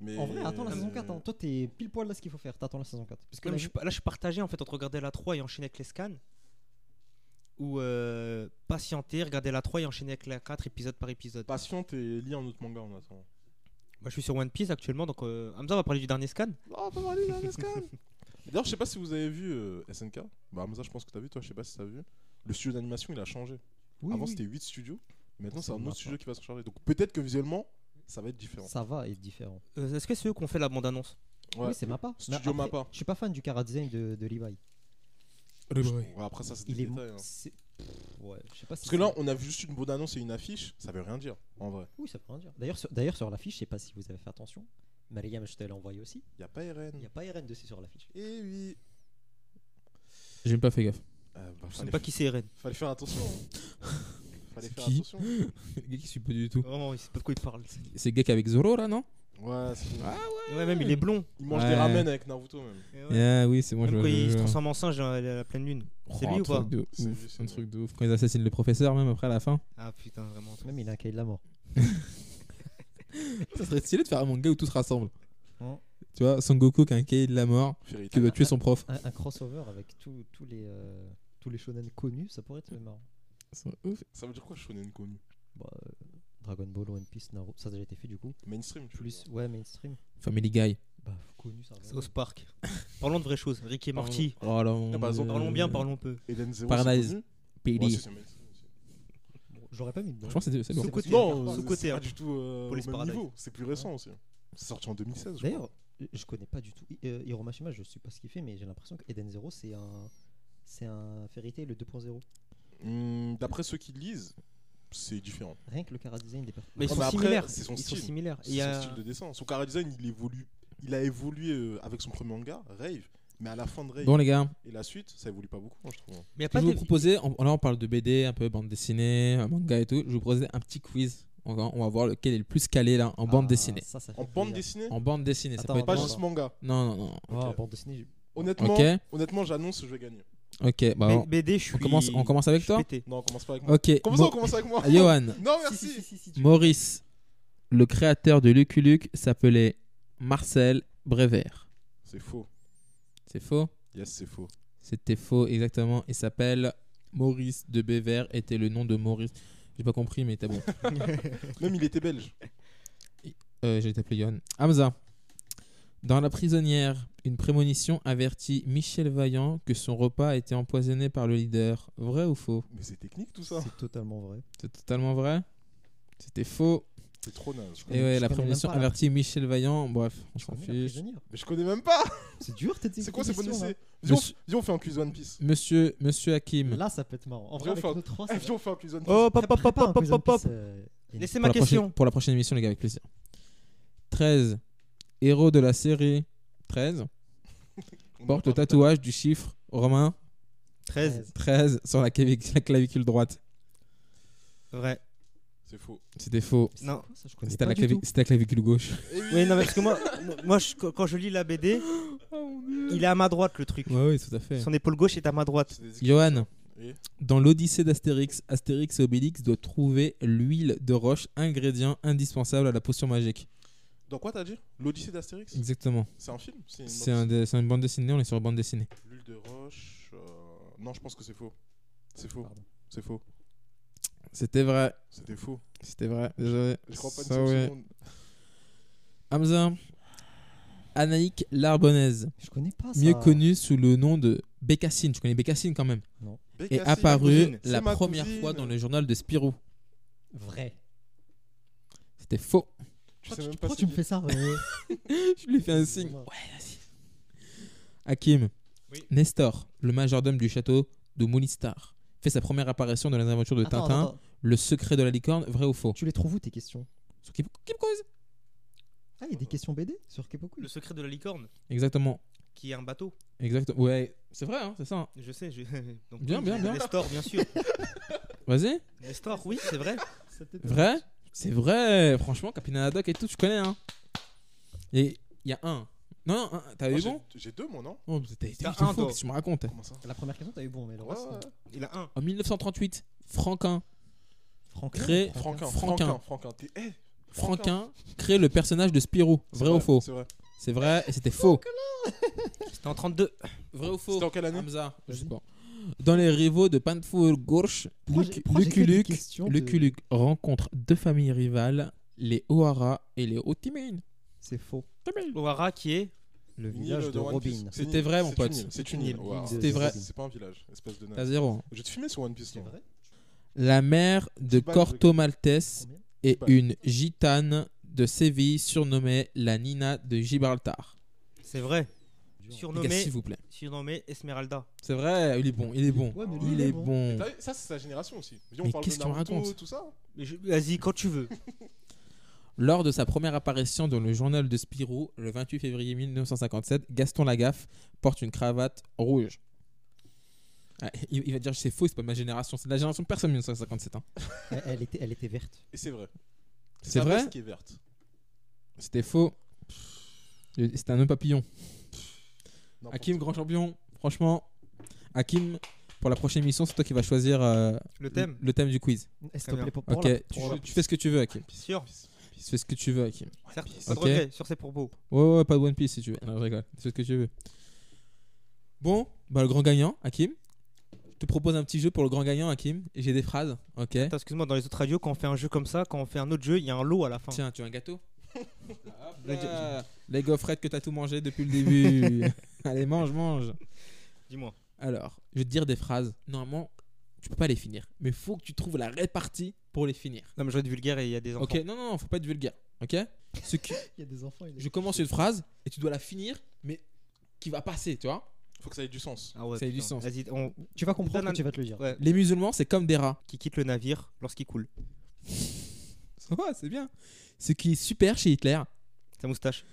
B: Mais... euh,
F: En vrai, attends la
B: mais-
F: saison 4. hein. Toi, t'es pile poil là ce qu'il faut faire. T'attends la saison 4. Parce que
A: Non,
F: la-
A: mais je suis pas- là, je suis partagé en fait entre regarder la 3 et enchaîner avec les scans ou euh, patienter, regarder la 3 et enchaîner avec la 4 épisode par épisode.
B: Patiente et lis un autre manga en attendant.
A: Moi, je suis sur One Piece actuellement, donc euh, Hamza va parler du dernier scan.
B: Oh, pas mal, là, let's go. D'ailleurs, je sais pas si vous avez vu euh, SNK. Bah, Hamza, je pense que t'as vu, toi, je sais pas si t'as vu. Le studio d'animation, il a changé.
F: Oui,
B: Avant,
F: oui.
B: c'était 8 studios. Maintenant,
F: Ça
B: c'est un
F: marche
B: autre
F: pas.
B: studio qui va se charger. Donc, peut-être que visuellement, ça va être différent.
F: Ça va être différent.
A: Euh, Est-ce que c'est eux qui ont fait la bande annonce
B: Ouais.
F: Oui, c'est Mappa.
B: Studio
F: Mais après,
B: Mappa.
F: Je suis pas fan du cara design de, de Levi.
B: Ouais, après, ça, c'est des
F: Il est.
B: détails. hein.
F: c'est- Pff, Ouais, je sais pas si.
B: Parce que là,
F: c'est-
B: on a vu juste une bonne annonce et une affiche. Ça veut rien dire, en vrai.
F: Oui, ça peut rien dire. D'ailleurs, sur, d'ailleurs, sur l'affiche, je sais pas si vous avez fait attention. Mariam, je te l'ai envoyé aussi.
B: Y a pas RN.
F: Il n'y a pas Eren dessus sur l'affiche.
B: Eh oui.
E: J'ai même pas fait gaffe.
B: Euh, bah,
A: Je sais
B: fallait,
A: pas qui c'est Eren.
B: fallait faire attention. hein. fallait
E: C'est
B: faire
E: qui
B: attention.
E: Le gars qui suit pas du tout.
A: Vraiment, il sait pas de quoi il parle.
E: C'est le gars qui est avec Zoro là, non
B: Ouais, c'est-
A: Et ouais, même il est blond.
B: il mange
E: Ouais.
B: des ramen avec Naruto même.
E: Ah oui, c'est moi.
A: Même
E: je
A: quand
E: vois- je
A: il se
E: vois.
A: transforme en singe à la pleine lune. C'est
E: Oh,
A: lui
E: un
A: ou pas
E: truc de
B: C'est
E: ouf,
B: lui, c'est
E: Un
B: lui.
E: truc de ouf. Quand ils assassinent le professeur, même après à la fin.
A: Ah putain, vraiment.
F: Même il a un cahier de la mort.
G: Ça serait stylé de faire un manga où tout se rassemble.
F: Hein.
G: Tu vois, Son Goku qui a un cahier de la mort,
B: Fairy
G: qui
B: Tail.
G: doit tuer son prof.
F: Un, un crossover avec tous tous les, euh, tous les shonen connus, ça pourrait être marrant.
E: C'est ouf.
B: Ça veut dire quoi shonen connu
F: Bah, euh, Dragon Ball, One Piece, Naruto, ça a déjà été fait du coup.
B: Mainstream tu veux
F: Plus,
B: dire.
F: ouais, mainstream.
E: Family Guy.
F: Bah, connu, ça. revient.
A: South Park. Parlons de vraies choses. Rick et Morty.
E: Oh là, on-
B: Ah, par exemple,
A: Parlons bien, parlons peu.
B: Eden Zero.
E: Paradise.
B: c'est connu
E: PD.
B: Ouais, c'est- c'est mainstream, c'est-
F: Bon, J'aurais pas mis dedans.
E: Je pense que c'est- c'est bon.
A: Sous côté.
B: Non,
A: sous
B: c'est-
A: côté,
B: c'est
A: hein.
B: pas du tout euh, au
A: Police
B: même
A: Paradise.
B: niveau. C'est plus récent aussi. hein. C'est sorti en 2016. je crois.
F: D'ailleurs, euh, je connais pas du tout. I- euh, Hiro Mashima, je sais pas ce qu'il fait, mais j'ai l'impression que Eden Zero, c'est un. C'est un Fairy Tail le 2.0.
A: Mm.
B: Hmm, d'après ceux qui le lisent, c'est différent.
F: Rien que le cara design des personnages.
A: Mais ils
B: Oh,
A: sont
B: mais après,
A: similaires.
B: c'est son
A: ils sont
B: style.
A: similaires.
B: C'est
A: Il y
B: son
A: a...
B: style de dessin. Son cara design, il évolue. Il a évolué euh, avec son premier manga, Rave, mais à la fin de Rave
E: Bon les gars,
B: et la suite, ça évolue pas beaucoup, hein, je trouve.
A: Mais il y a
E: je
A: pas
E: vais vous
A: des...
E: proposer, on- là on parle de BD, un peu bande dessinée, euh, manga et tout, je vais vous proposer un petit quiz. On va, on va voir lequel est le plus calé là en bande
F: Ah,
E: dessinée.
F: Ça, ça fait
B: En bande
F: plaisir.
B: dessinée,
E: En bande dessinée,
F: Attends,
E: ça peut
F: en
E: être...
B: pas
F: bande-
B: juste manga.
E: Non, non, non.
F: Ah,
B: Ok.
F: bande dessinée, j'ai-
B: Honnêtement,
E: Ok,
B: honnêtement, j'annonce, je vais gagner.
E: ok, bah on-
A: BD, je suis...
E: on commence, on commence avec
A: je suis
E: toi
A: pété.
B: Non, on commence pas avec moi.
E: Ok.
B: Comment ça,
E: Mo-
B: on commence avec moi
E: Ah, Johan,
B: Non,
F: Si, si,
B: merci.
F: si, si, tu-
E: Maurice, le créateur de Lucky Luke s'appelait Marcel Prévert.
B: C'est faux.
E: C'est faux
B: Yes, c'est faux.
E: C'était faux, exactement. Il s'appelle Maurice de Bévert, était le nom de Maurice. J'ai pas compris, mais t'as bon.
B: Même il était belge.
E: Euh, J'ai t'appelé Johan. Hamza. Dans La prisonnière, une prémonition avertit Michel Vaillant que son repas a été empoisonné par le leader. Vrai ou faux
B: Mais c'est technique tout ça.
F: C'est totalement vrai.
E: C'est totalement vrai C'était faux.
B: C'est trop naze.
E: Et ouais,
F: Je
E: la
F: connais
E: prémonition
F: même pas la-
E: avertit Michel Vaillant. Bref, on s'en
F: On est la
E: fiche.
F: prisonnière.
B: Mais je connais même pas.
F: C'est dur, t'es
B: C'est quoi ces bonnes essais Viens,
E: hein. Monsieur,
B: on- viens, on fait un quiz One Piece.
E: monsieur, monsieur Hakim.
F: Là, ça peut être marrant. En vrai,
B: Viens,
F: avec
B: faut-
F: nous trois,
B: Eh,
F: ça
B: viens, on fait un quiz One Piece.
A: Oh, pop, pop, pop,
F: Prépare un
A: pop,
F: quiz
A: pop,
F: One
A: pop.
F: Piece, euh, Yannick.
A: Laissez ma
E: Pour la, prochaine,
A: question.
E: pour la prochaine émission, les gars, avec plaisir. 13. Héros de la série 13
B: On
E: porte
B: en
E: le
B: parle
E: tatouage du chiffre romain
A: 13.
E: 13 sur la, clavi- la clavicule droite.
A: Vrai.
B: C'est faux.
E: C'était faux.
F: C'est
A: Non.
F: quoi ça, je connais
E: C'était
F: pas
E: la,
F: du
E: clavi-
F: tout.
E: c'était la clavicule gauche.
A: Oui, non, mais parce que moi, moi je- quand je lis la BD, il est à ma droite le truc.
E: Ouais, oui, tout à fait.
A: Son épaule gauche est à ma droite.
B: C'est des-
E: Johan,
B: Oui.
E: dans l'Odyssée d'Astérix, Astérix et Obélix doivent trouver l'huile de roche, ingrédient indispensable à la potion magique.
B: Dans quoi t'as dit L'Odyssée d'Astérix
E: Exactement.
B: C'est un film C'est une
E: C'est
B: bande
E: un des- c'est une bande dessinée, on est sur une bande dessinée.
B: dessinée L'huile de roche. euh, Non, je pense que c'est faux. C'est faux.
F: Pardon.
B: C'est faux.
E: C'était vrai.
B: C'était faux.
E: C'était vrai. Désolé.
B: Je crois pas une
E: Ça,
B: seule
E: ouais.
B: seconde.
E: Hamza. Anaïk Larbonnaise,
F: Je connais pas ça.
E: mieux connue sous le nom de Bécassine. Tu connais Bécassine quand même. Est
B: Bécassine, ma
E: apparue
B: cousine.
E: la
B: C'est ma
E: première
B: cousine.
E: fois dans le journal de Spirou.
F: Vrai.
E: C'était faux.
B: Tu sais même pas
F: Pourquoi
B: si
F: tu me fais ça euh,
E: Je lui ai fait un signe. Hakim.
A: Oui.
E: Nestor, le majordome du château de Moulistar, fait sa première apparition dans les aventures de
F: Attends,
E: Tintin.
F: attends, attends.
E: Le secret de la licorne, vrai ou faux
F: Tu les trouves où tes questions
E: Sur Keep- Keep Quiz.
F: Ah, il y a des questions BD sur Kepoku.
A: Le secret de la licorne,
E: Exactement.
A: qui est un bateau.
E: Exactement. Ouais, c'est vrai, hein, c'est ça. hein.
A: Je sais. Je... Donc,
E: Bien, bien, bien.
A: Nestor, bien sûr.
E: Vas-y.
A: Nestor, oui, c'est vrai.
E: Vrai C'est vrai. Franchement, Capitaine Haddock et tout, tu connais. Hein. Et il y a un. Non, non, un, t'as
B: Moi,
E: eu
B: j'ai-
E: bon
B: Ah, J'ai deux, moi, non
E: Oh, mais t'as été
A: T'as
E: fou,
A: un, toi.
E: qu'est-ce que tu me racontes
B: Comment ça
F: La première question, t'as eu bon, mais le
B: Ouais,
F: reste.
B: ouais.
A: Il a un.
E: En 1938, Franquin,
F: Franck.
E: Cré-
B: Franquin.
E: Franquin.
B: Franquin. Franquin. T'es- eh,
E: Franquin crée le personnage de Spirou.
B: c'est
E: Vrai ou faux
B: C'est vrai.
E: C'est vrai et c'était faux.
A: C'était en 32.
E: Vrai ou faux
B: C'était en quelle année
E: Hamza, je
F: Vas-y.
E: sais pas. Dans les rivaux de Panfour Gorsh, Luc- Lucky Luke, Lucky Luke rencontre deux familles rivales, les O'Hara et les Otimain.
F: C'est faux.
A: O'Hara qui est.
F: Le
B: Une
F: village
B: île
F: de
B: One
F: Robin.
B: Piece. C'est
E: C'était
B: une île,
E: vrai, mon
B: c'est
E: pote.
B: une île, C'est une
F: Une
B: île.
F: île
B: Waouh.
F: de-
E: C'était vrai.
B: C'est pas un village, espèce de
E: T'as
B: naze.
E: zéro. hein.
B: Je vais te filmer sur One Piece.
F: C'est
B: non
F: vrai
E: La mère de
B: Petit bac,
E: Corto Maltese
F: Combien
E: est
B: bac.
E: une gitane de Séville surnommée la Nina de Gibraltar.
A: C'est vrai.
E: Les gars,
A: Surnommé,
E: s'il vous plaît.
A: surnommé Esmeralda.
E: C'est vrai, il est bon, il est bon.
F: Ouais, mais lui,
E: Il est bon.
B: T'as vu, Ça, c'est sa génération aussi. Viens,
E: Mais
B: on parle
E: qu'est-ce
B: de
E: qu'on
B: Naruto,
E: raconte
B: tout ça.
A: Mais je- Vas-y, quand tu veux.
E: Lors de sa première apparition dans le journal de Spirou, le 28 février 1957, Gaston Lagaffe porte une cravate rouge. Ah, il, il va dire c'est faux, c'est pas de ma génération, c'est de la génération de personne 1957. hein.
F: Elle, elle était, elle était verte.
B: Et c'est vrai.
E: C'est
B: la
E: vrai
B: veste qui est verte.
E: C'était faux. Le- C'était un homme papillon.
B: N'importe
E: Hakim,
B: quoi.
E: grand champion. Franchement, Hakim, pour la prochaine émission, c'est toi qui vas choisir euh,
A: Le thème
E: le thème du quiz.
F: S'il
A: Très
F: te
A: bien.
F: plaît, pour, pour
E: Ok,
F: la-
E: tu,
F: pour la-
E: tu fais ce que tu veux, Hakim.
A: Sûr
E: Tu fais ce que tu veux, Hakim.
A: Certes,
B: Piece.
A: pas de
E: Ok.
A: regret, sur ces propos.
E: Ouais, ouais, ouais, pas de One Piece si tu veux. Non, je rigole. Tu fais ce que tu veux. Bon, bah, le grand gagnant, Hakim. Je te propose un petit jeu pour le grand gagnant, Hakim. Et J'ai des phrases. Ok.
A: Attends, excuse-moi, dans les autres radios, quand on fait un jeu comme ça, quand on fait un autre jeu, il y a un lot à la fin.
E: Tiens, tu as un gâteau Hop
A: Là, j'ai-
E: là. Les gaufrettes que t'as tout mangé depuis le début. Allez, mange, mange.
A: Dis-moi.
E: Alors, je vais te dire des phrases. Normalement, tu peux pas les finir. Mais faut que tu trouves la répartie pour les finir.
A: Non, mais je vais être vulgaire et il y a des enfants.
E: Ok Non, non, non, faut pas être vulgaire. Ok Ce qui-
F: Il y a des enfants. il est-
E: Je commence une phrase et tu dois la finir, mais qui va passer, tu vois
B: Faut que ça ait du sens.
A: Ah ouais,
E: Ça a du
A: putain.
E: sens.
A: Vas-y, on...
F: Tu vas comprendre
A: Donne un-
F: quand tu vas te le dire.
A: ouais,
E: Les musulmans, c'est comme des rats.
A: qui quitte le navire lorsqu'il coule.
E: Ça va, c'est bien. Ce qui est super chez Hitler.
A: Sa moustache.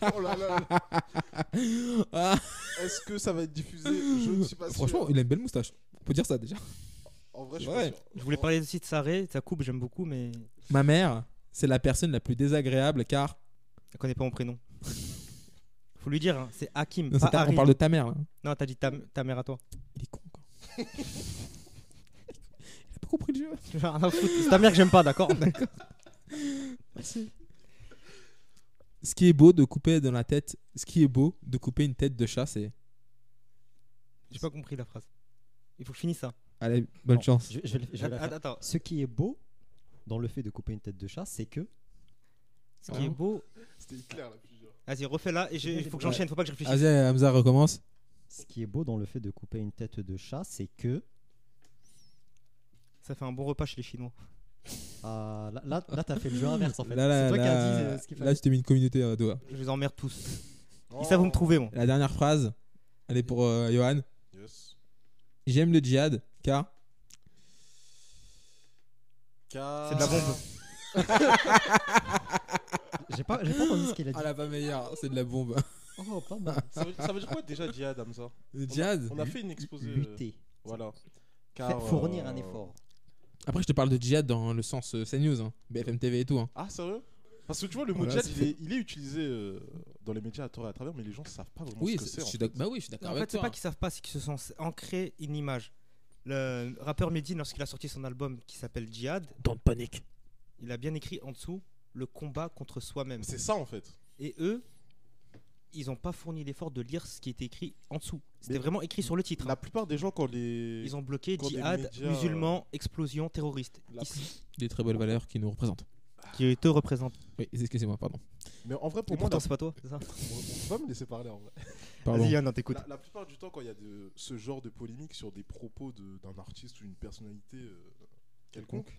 B: Oh là là,
E: Ah,
B: est-ce que ça va être diffusé Je ne suis pas sûr.
E: franchement, il a une belle moustache. On peut dire ça déjà.
B: en vrai, je suis
E: Ouais.
B: pas sûr.
A: Je voulais parler aussi de Saré, de sa coupe, j'aime beaucoup, mais je
E: Ma mère, c'est la personne la plus désagréable car.
A: la connais pas mon prénom. Faut lui dire, hein, c'est Hakim.
E: Non, c'est
A: pas
E: ta- on
A: Harry.
E: parle de ta mère là.
A: Non, t'as dit ta, ta mère à toi.
E: Il est con quoi. il a pas compris le jeu.
A: J'en ai rien à foutre. c'est ta mère que j'aime pas, d'accord
E: Ce qui est beau de couper dans la tête, ce qui est beau de couper une tête de chat, c'est.
A: J'ai pas compris la phrase. Il faut que je finisse ça.
E: Allez, bonne
F: Non,
E: chance.
F: Je, je vais le- je vais la
A: Att-
F: faire.
A: Attends,
F: Ce qui est beau dans le fait de couper une tête de chat, c'est que.
A: ce qui est beau.
B: C'était Hitler là, plusieurs.
A: Vas-y, refais-la et j'ai- il faut que j'enchaîne, faut pas que je réfléchisse.
E: Vas-y, Hamza recommence.
F: Ce qui est beau dans le fait de couper une tête de chat, c'est que.
A: Ça fait un bon repas chez les Chinois.
F: Ah, là, là, là, t'as fait le jeu inverse en fait.
E: Là, là,
F: c'est toi qui as
E: là,
F: dit euh, ce qu'il
E: là,
F: fallait.
E: je t'ai mis une communauté à doigt.
A: Je les emmerde tous.
B: Oh.
A: Ils savent où me trouver, moi.
E: La dernière phrase, elle est pour euh, Johan.
B: Yes.
E: J'aime le djihad car.
A: C'est de la bombe.
F: J'ai pas, j'ai pas entendu ce qu'il a dit.
E: Ah, la pas meilleure, hein, c'est de la bombe.
F: Oh, pas mal.
B: Ça veut, ça veut dire quoi déjà djihad, Hamza
E: Le djihad
B: hein On a fait une exposé. euh,
F: Lutter.
B: Voilà.
F: Faire
B: Car,
F: fournir
B: euh,
F: un effort.
E: Après, je te parle de djihad dans le sens euh, CNews, hein, BFM TV et tout. hein.
B: Ah, sérieux Parce que tu vois, le mot
E: Voilà,
B: djihad,
E: c'est
B: il est, il est utilisé euh, dans les médias à tort et à travers, mais les gens savent pas vraiment
E: Oui,
B: ce que
E: c'est-
B: c'est.
E: je
B: en
E: suis
B: fait.
E: d'ac- bah oui, je suis d'accord
A: En
E: avec
A: fait, c'est
E: toi.
A: pas qu'ils savent pas, c'est qu'ils se sont ancrés une image. Le rappeur Medine, lorsqu'il a sorti son album qui s'appelle Djihad,
E: Don't panic.
A: il a bien écrit en dessous le combat contre soi-même.
B: C'est ça en fait.
A: Et eux, ils ont pas fourni l'effort de lire ce qui était écrit en dessous. C'était
B: Mais-
A: vraiment écrit sur le titre.
B: La plupart des gens, quand les.
A: Ils ont bloqué
B: quand des
A: djihad,
B: médias, euh,
A: musulmans, explosion, terroriste.
B: La-
A: Ici,
E: hein. Des très belles valeurs qui nous représentent.
A: qui te représente.
E: Oui, excusez-moi, pardon.
B: Mais en vrai,
A: Et
B: pour moi,
A: pourtant,
B: la...
A: c'est pas toi, c'est ça
B: on peut pas me laisser parler en vrai.
E: Pardon.
A: Vas-y, Yann, non, t'écoutes.
B: La, la plupart du temps, quand il y a de, ce genre de polémique sur des propos de- d'un artiste ou une personnalité euh, quelconque,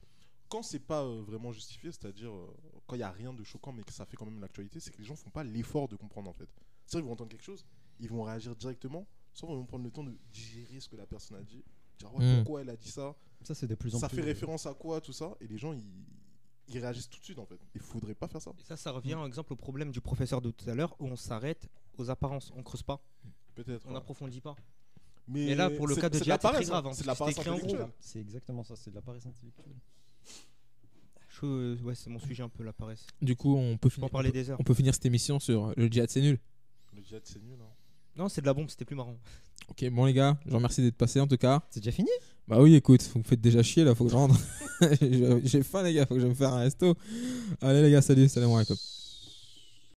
B: quand c'est pas euh, vraiment justifié, c'est-à-dire euh, quand il y a rien de choquant mais que ça fait quand même l'actualité, c'est que les gens font pas l'effort de comprendre en fait. C'est-à-dire ils vont entendre quelque chose, ils vont réagir directement, sans vraiment prendre le temps de digérer ce que la personne a dit, dire ouais,
E: Mm.
B: pourquoi elle a dit ça,
F: Ça, c'est de Hmm. plus en
B: ça
F: plus.
B: fait référence à quoi, tout ça, et les gens ils, ils réagissent tout de suite en fait. Il faudrait pas faire ça.
A: Et ça, ça revient, par exemple, au problème du professeur de tout à l'heure, où on s'arrête aux apparences. On creuse pas,
B: Peut-être.
A: on
B: ouais.
A: n'approfondit pas. mais là, pour le
B: c'est-
A: cas de
B: c'est de la
A: Jihad, c'est très
B: paresse, hein.
A: grave, hein,
B: C'est de la
A: parce
B: paresse
A: que c'était écrit en gros,
B: intellectuelle.
A: là.
F: C'est exactement ça, c'est de la paresse intellectuelle.
A: Je, euh, ouais, c'est mon sujet un peu, la paresse.
E: Du coup, on peut,
A: Je
E: finir,
A: peux en
E: on,
A: parler
E: peut,
A: des heures.
E: on peut finir cette émission sur euh, le djihad, c'est nul.
B: Le djihad c'est nul. hein.
A: Non, c'est de la bombe, c'était plus marrant.
E: Ok, bon les gars, je vous remercie d'être passés en tout cas.
F: C'est déjà fini
E: Bah oui, écoute, vous me faites déjà chier là, faut que je rentre. J'ai- J'ai faim les gars, faut que je me fasse un resto. Allez les gars, salut, salut, moi,